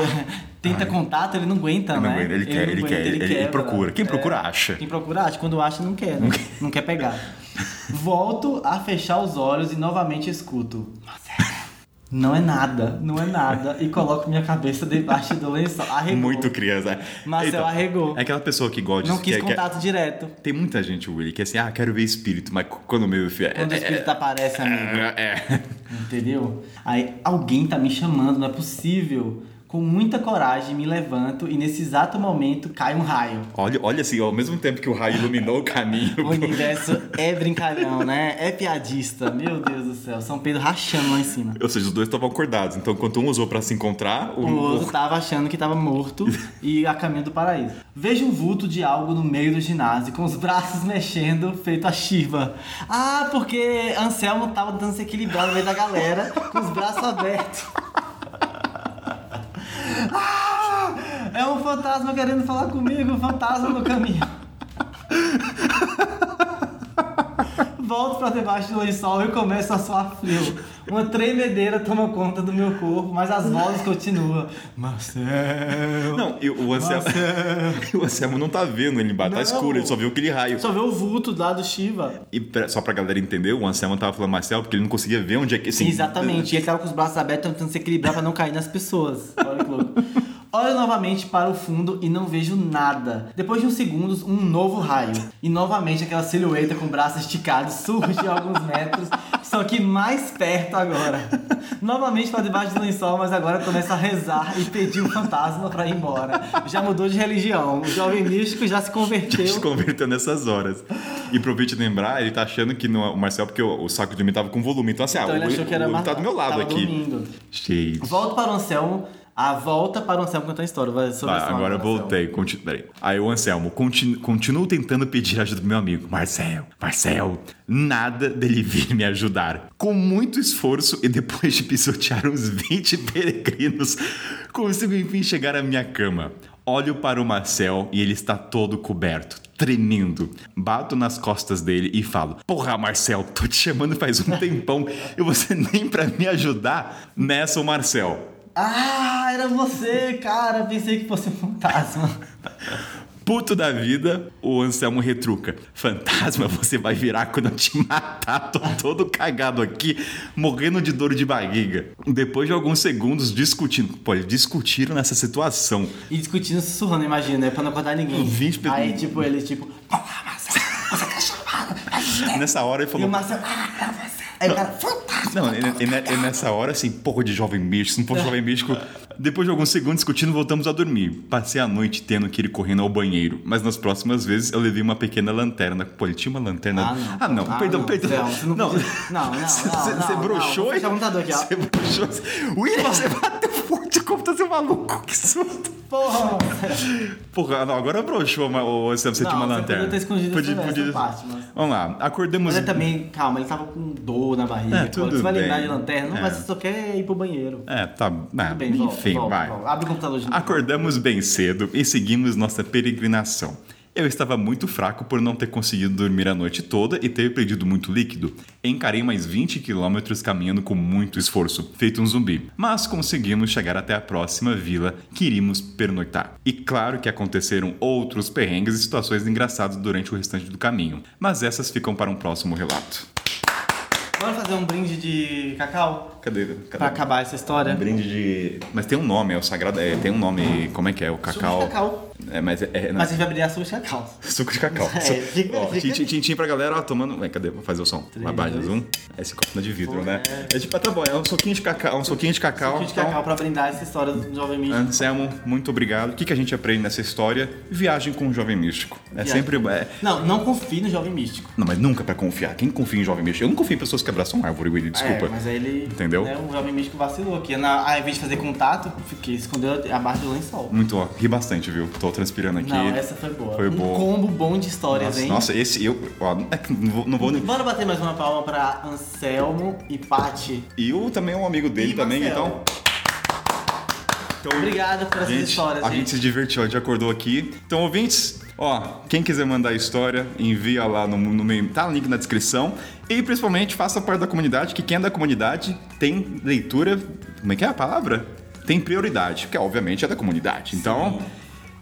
Speaker 2: tenta contato, ele não aguenta,
Speaker 1: Ele não
Speaker 2: né?
Speaker 1: aguenta, ele quer,
Speaker 2: não
Speaker 1: ele
Speaker 2: aguenta,
Speaker 1: quer, ele- ele
Speaker 2: quebra. É.
Speaker 1: procura. Quem procura, acha.
Speaker 2: Quem procura, acha. Quando acha, não quer, né? não quer pegar. Volto a fechar os olhos e novamente escuto. Não é nada, não é nada. E coloco minha cabeça debaixo do lençol. Arregou.
Speaker 1: Muito criança.
Speaker 2: Marcel
Speaker 1: Então,
Speaker 2: arregou.
Speaker 1: É aquela pessoa que gosta de
Speaker 2: Não quis
Speaker 1: que- que-
Speaker 2: contato direto.
Speaker 1: Tem muita gente, Willy, que é assim, ah, quero ver espírito, mas quando o meu filho.
Speaker 2: Quando o espírito aparece,
Speaker 1: É,
Speaker 2: amigo.
Speaker 1: é.
Speaker 2: Entendeu? Aí alguém tá me chamando, não é possível. Com muita coragem me levanto e nesse exato momento cai um raio.
Speaker 1: Olha, olha assim, ó, ao mesmo tempo que o raio iluminou o caminho.
Speaker 2: O universo é brincalhão, né? É piadista. Meu Deus do céu. São Pedro rachando lá em cima.
Speaker 1: Ou seja, os dois estavam acordados. Então, enquanto um usou pra se encontrar, o,
Speaker 2: O outro tava achando que tava morto e a caminho do paraíso. Vejo um vulto de algo no meio do ginásio, com os braços mexendo, feito a Shiva. Ah, porque Anselmo tava dando se equilibrado no meio da galera, com os braços abertos. Ah, é um fantasma querendo falar comigo, um fantasma no caminho. Volto pra debaixo do lençol e começo a suar frio. Uma tremedeira toma conta do meu corpo, mas as vozes continuam. Marcel.
Speaker 1: Não, e o Anselmo. o Anselmo não tá vendo ele embaixo, tá
Speaker 2: Não.
Speaker 1: escuro, ele só viu aquele raio.
Speaker 2: Só vê o vulto lá do Shiva.
Speaker 1: E pra- só pra galera entender, o Anselmo tava falando Marcel porque ele não conseguia ver onde é que. assim,
Speaker 2: Exatamente. E ele tava com os braços abertos tentando se equilibrar pra não cair nas pessoas. Olha que louco. Olho novamente para o fundo e não vejo nada. Depois de uns segundos, um novo raio. E novamente aquela silhueta com o braço esticado surge a alguns metros, só que mais perto agora. Novamente para debaixo do lençol, mas agora começa a rezar e pedir o fantasma pra ir embora. Já mudou de religião. O jovem místico já se
Speaker 1: A gente se
Speaker 2: converteu.
Speaker 1: converteu nessas horas. E pro Pete lembrar, ele tá achando que não é- o Marcel, porque o, o saco de mim tava com volume. Então, assim,
Speaker 2: Então
Speaker 1: ah,
Speaker 2: ele
Speaker 1: o,
Speaker 2: achou que era
Speaker 1: o,
Speaker 2: mais
Speaker 1: tá do meu lado
Speaker 2: tava
Speaker 1: aqui.
Speaker 2: dormindo.
Speaker 1: Gente.
Speaker 2: Volto para o Anselmo. A volta para o Anselmo contar a história. Vai, sobre
Speaker 1: Tá,
Speaker 2: essa
Speaker 1: agora eu
Speaker 2: nova versão.
Speaker 1: voltei. Continu... Peraí. Aí o Anselmo, continu... continuo tentando pedir ajuda do meu amigo. Marcel, Marcel, nada dele vir me ajudar. Com muito esforço e depois de pisotear uns 20 peregrinos, consigo enfim chegar à minha cama. Olho para o Marcel e ele está todo coberto, tremendo. Bato nas costas dele e falo: Porra, Marcel, tô te chamando faz um tempão e você nem pra me ajudar? Nessa, o Marcel.
Speaker 2: Ah, era você, cara. Pensei que fosse um fantasma.
Speaker 1: Puto da vida, o Anselmo retruca. Fantasma, você vai virar quando eu te matar. Tô todo cagado aqui, morrendo de dor de barriga. Depois de alguns segundos discutindo. Pô, eles discutiram nessa situação.
Speaker 2: E discutindo, sussurrando, imagina, né? Pra não acordar ninguém.
Speaker 1: 20 pe-
Speaker 2: Aí, tipo, ele, tipo... "Ah, Marcelo."
Speaker 1: Nessa hora ele
Speaker 2: E o
Speaker 1: falou.
Speaker 2: Marcelo... "Ah, é você." Aí o cara... "Fantasma."
Speaker 1: Não, e, e- e nessa hora, assim, porra de jovem místico, se não for jovem místico. Depois de alguns segundos discutindo, voltamos a dormir. Passei a noite tendo que ir correndo ao banheiro, mas nas próximas vezes eu levei uma pequena lanterna. Pô, ele tinha uma lanterna.
Speaker 2: Ah, não.
Speaker 1: Ah, não, perdão, perdão.
Speaker 2: Não, você não, podia- não, não, não, não,
Speaker 1: Você
Speaker 2: não.
Speaker 1: broxou
Speaker 2: Vou
Speaker 1: e.
Speaker 2: fechar o computador aqui, ó. É.
Speaker 1: Você broxou. William, você bateu forte contra seu maluco. Que susto.
Speaker 2: Porra, Marcelo.
Speaker 1: Porra, não, agora broxou, mas ô, Sam, você
Speaker 2: Não,
Speaker 1: tinha uma
Speaker 2: você
Speaker 1: lanterna.
Speaker 2: podia ter escondido essa- é essa parte, mas-
Speaker 1: Vamos lá, acordamos.
Speaker 2: Mas ele também... Calma, ele tava com dor na barriga.
Speaker 1: É,
Speaker 2: Pô,
Speaker 1: tudo
Speaker 2: você vai
Speaker 1: bem.
Speaker 2: lembrar de lanterna. Não,
Speaker 1: É.
Speaker 2: mas você só quer ir pro banheiro.
Speaker 1: É, tá. né,
Speaker 2: Tudo bem,
Speaker 1: enfim,
Speaker 2: volta, volta,
Speaker 1: vai. Ah.
Speaker 2: volta. Abre o computador de novo.
Speaker 1: Acordamos bem cedo e seguimos nossa peregrinação. Eu estava muito fraco por não ter conseguido dormir a noite toda e ter perdido muito líquido. Encarei mais 20 quilômetros caminhando com muito esforço, feito um zumbi. Mas conseguimos chegar até a próxima vila que iríamos pernoitar. E claro que aconteceram outros perrengues e situações engraçadas durante o restante do caminho, mas essas ficam para um próximo relato.
Speaker 2: Bora fazer um brinde de cacau?
Speaker 1: Cadê? cadê?
Speaker 2: Pra acabar essa história?
Speaker 1: Um brinde de. Mas tem um nome, é o sagrado. é, tem um nome. Como é que é? O
Speaker 2: Suco de
Speaker 1: cacau.
Speaker 2: cacau.
Speaker 1: É, mas é, é, não.
Speaker 2: Mas a gente vai brilhar sobre chacal.
Speaker 1: Suco de cacau.
Speaker 2: É, fica-
Speaker 1: Ó,
Speaker 2: fica-
Speaker 1: tin- tin- Tintim pra galera, ó, tomando. Ué, cadê? Vou fazer o som. Uma baixa zoom. Esse copo de vidro, né? É tipo, ah, tá bom, é um suquinho de cacau. Um suquinho de cacau.
Speaker 2: Suco de cacau pra brindar essa história do Jovem
Speaker 1: Então,
Speaker 2: Místico.
Speaker 1: Anselmo, muito obrigado. O que, que a gente aprende nessa história? Viagem com um jovem místico. É
Speaker 2: Viagem.
Speaker 1: sempre. é-
Speaker 2: Não, não confie no Jovem Místico.
Speaker 1: Não, mas nunca pra confiar. Quem confia em jovem místico? Eu não confio em pessoas que abraçam árvore, Willy, desculpa.
Speaker 2: É, mas aí ele.
Speaker 1: Entendeu?
Speaker 2: Né, o Jovem Místico vacilou aqui. Na, ao invés de fazer contato, fiquei, escondeu abaixo do lençol.
Speaker 1: Muito, ó, ri bastante, viu? Tô transpirando aqui.
Speaker 2: Não, essa é foi boa.
Speaker 1: Foi
Speaker 2: um
Speaker 1: boa.
Speaker 2: combo bom de histórias,
Speaker 1: nossa,
Speaker 2: hein?
Speaker 1: nossa, esse eu. Ó, é que não vou. Não vou
Speaker 2: Bora bater mais uma palma pra Anselmo e Pati.
Speaker 1: e eu também é um amigo dele
Speaker 2: E
Speaker 1: também,
Speaker 2: Marcelo.
Speaker 1: então. então
Speaker 2: Obrigado por essas
Speaker 1: gente,
Speaker 2: histórias,
Speaker 1: a gente se divertiu, a gente acordou aqui. Então, ouvintes, ó, quem quiser mandar história, envia lá no, no meio, tá o link na descrição. E principalmente faça parte da comunidade, que quem é da comunidade tem leitura. Como é que é a palavra? Tem prioridade, porque obviamente é da comunidade. Então.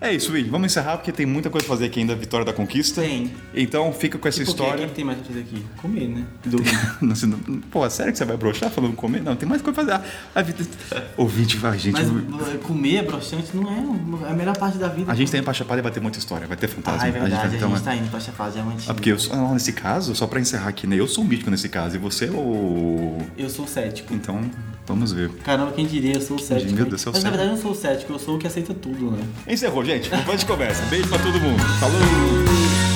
Speaker 1: É isso, Will. Vamos encerrar porque tem muita coisa pra fazer aqui ainda, Vitória da Conquista.
Speaker 2: Tem.
Speaker 1: Então fica com essa
Speaker 2: Por quê? Tipo O que
Speaker 1: história.
Speaker 2: que tem mais pra fazer aqui? Comer, né?
Speaker 1: Não, você não- Pô, sério que você vai broxar falando comer? Não, tem mais coisa pra fazer. Ah, A vida. Ouvinte, vai, gente.
Speaker 2: Mas eh, comer é broxante não é a melhor parte da vida.
Speaker 1: A gente tá indo pra Chapada e vai ter muita história, vai ter fantasma.
Speaker 2: Ah, é verdade, a
Speaker 1: Tá, vai
Speaker 2: gente,
Speaker 1: ter uma-
Speaker 2: tá indo pra Chapada Diamantina.
Speaker 1: Ah, porque eu sou. Não, nesse caso, só pra encerrar aqui, né? Eu sou o mítico nesse caso, e você é o.
Speaker 2: Eu sou cético.
Speaker 1: Então, vamos ver.
Speaker 2: Caramba, quem diria, eu sou cético.
Speaker 1: Meu
Speaker 2: hein?
Speaker 1: Deus, eu sou
Speaker 2: Mas na
Speaker 1: cético.
Speaker 2: verdade eu não sou cético, eu sou o que aceita tudo, né?
Speaker 1: Encerrou, gente. Vamos de conversa. Beijo pra todo mundo. Falou!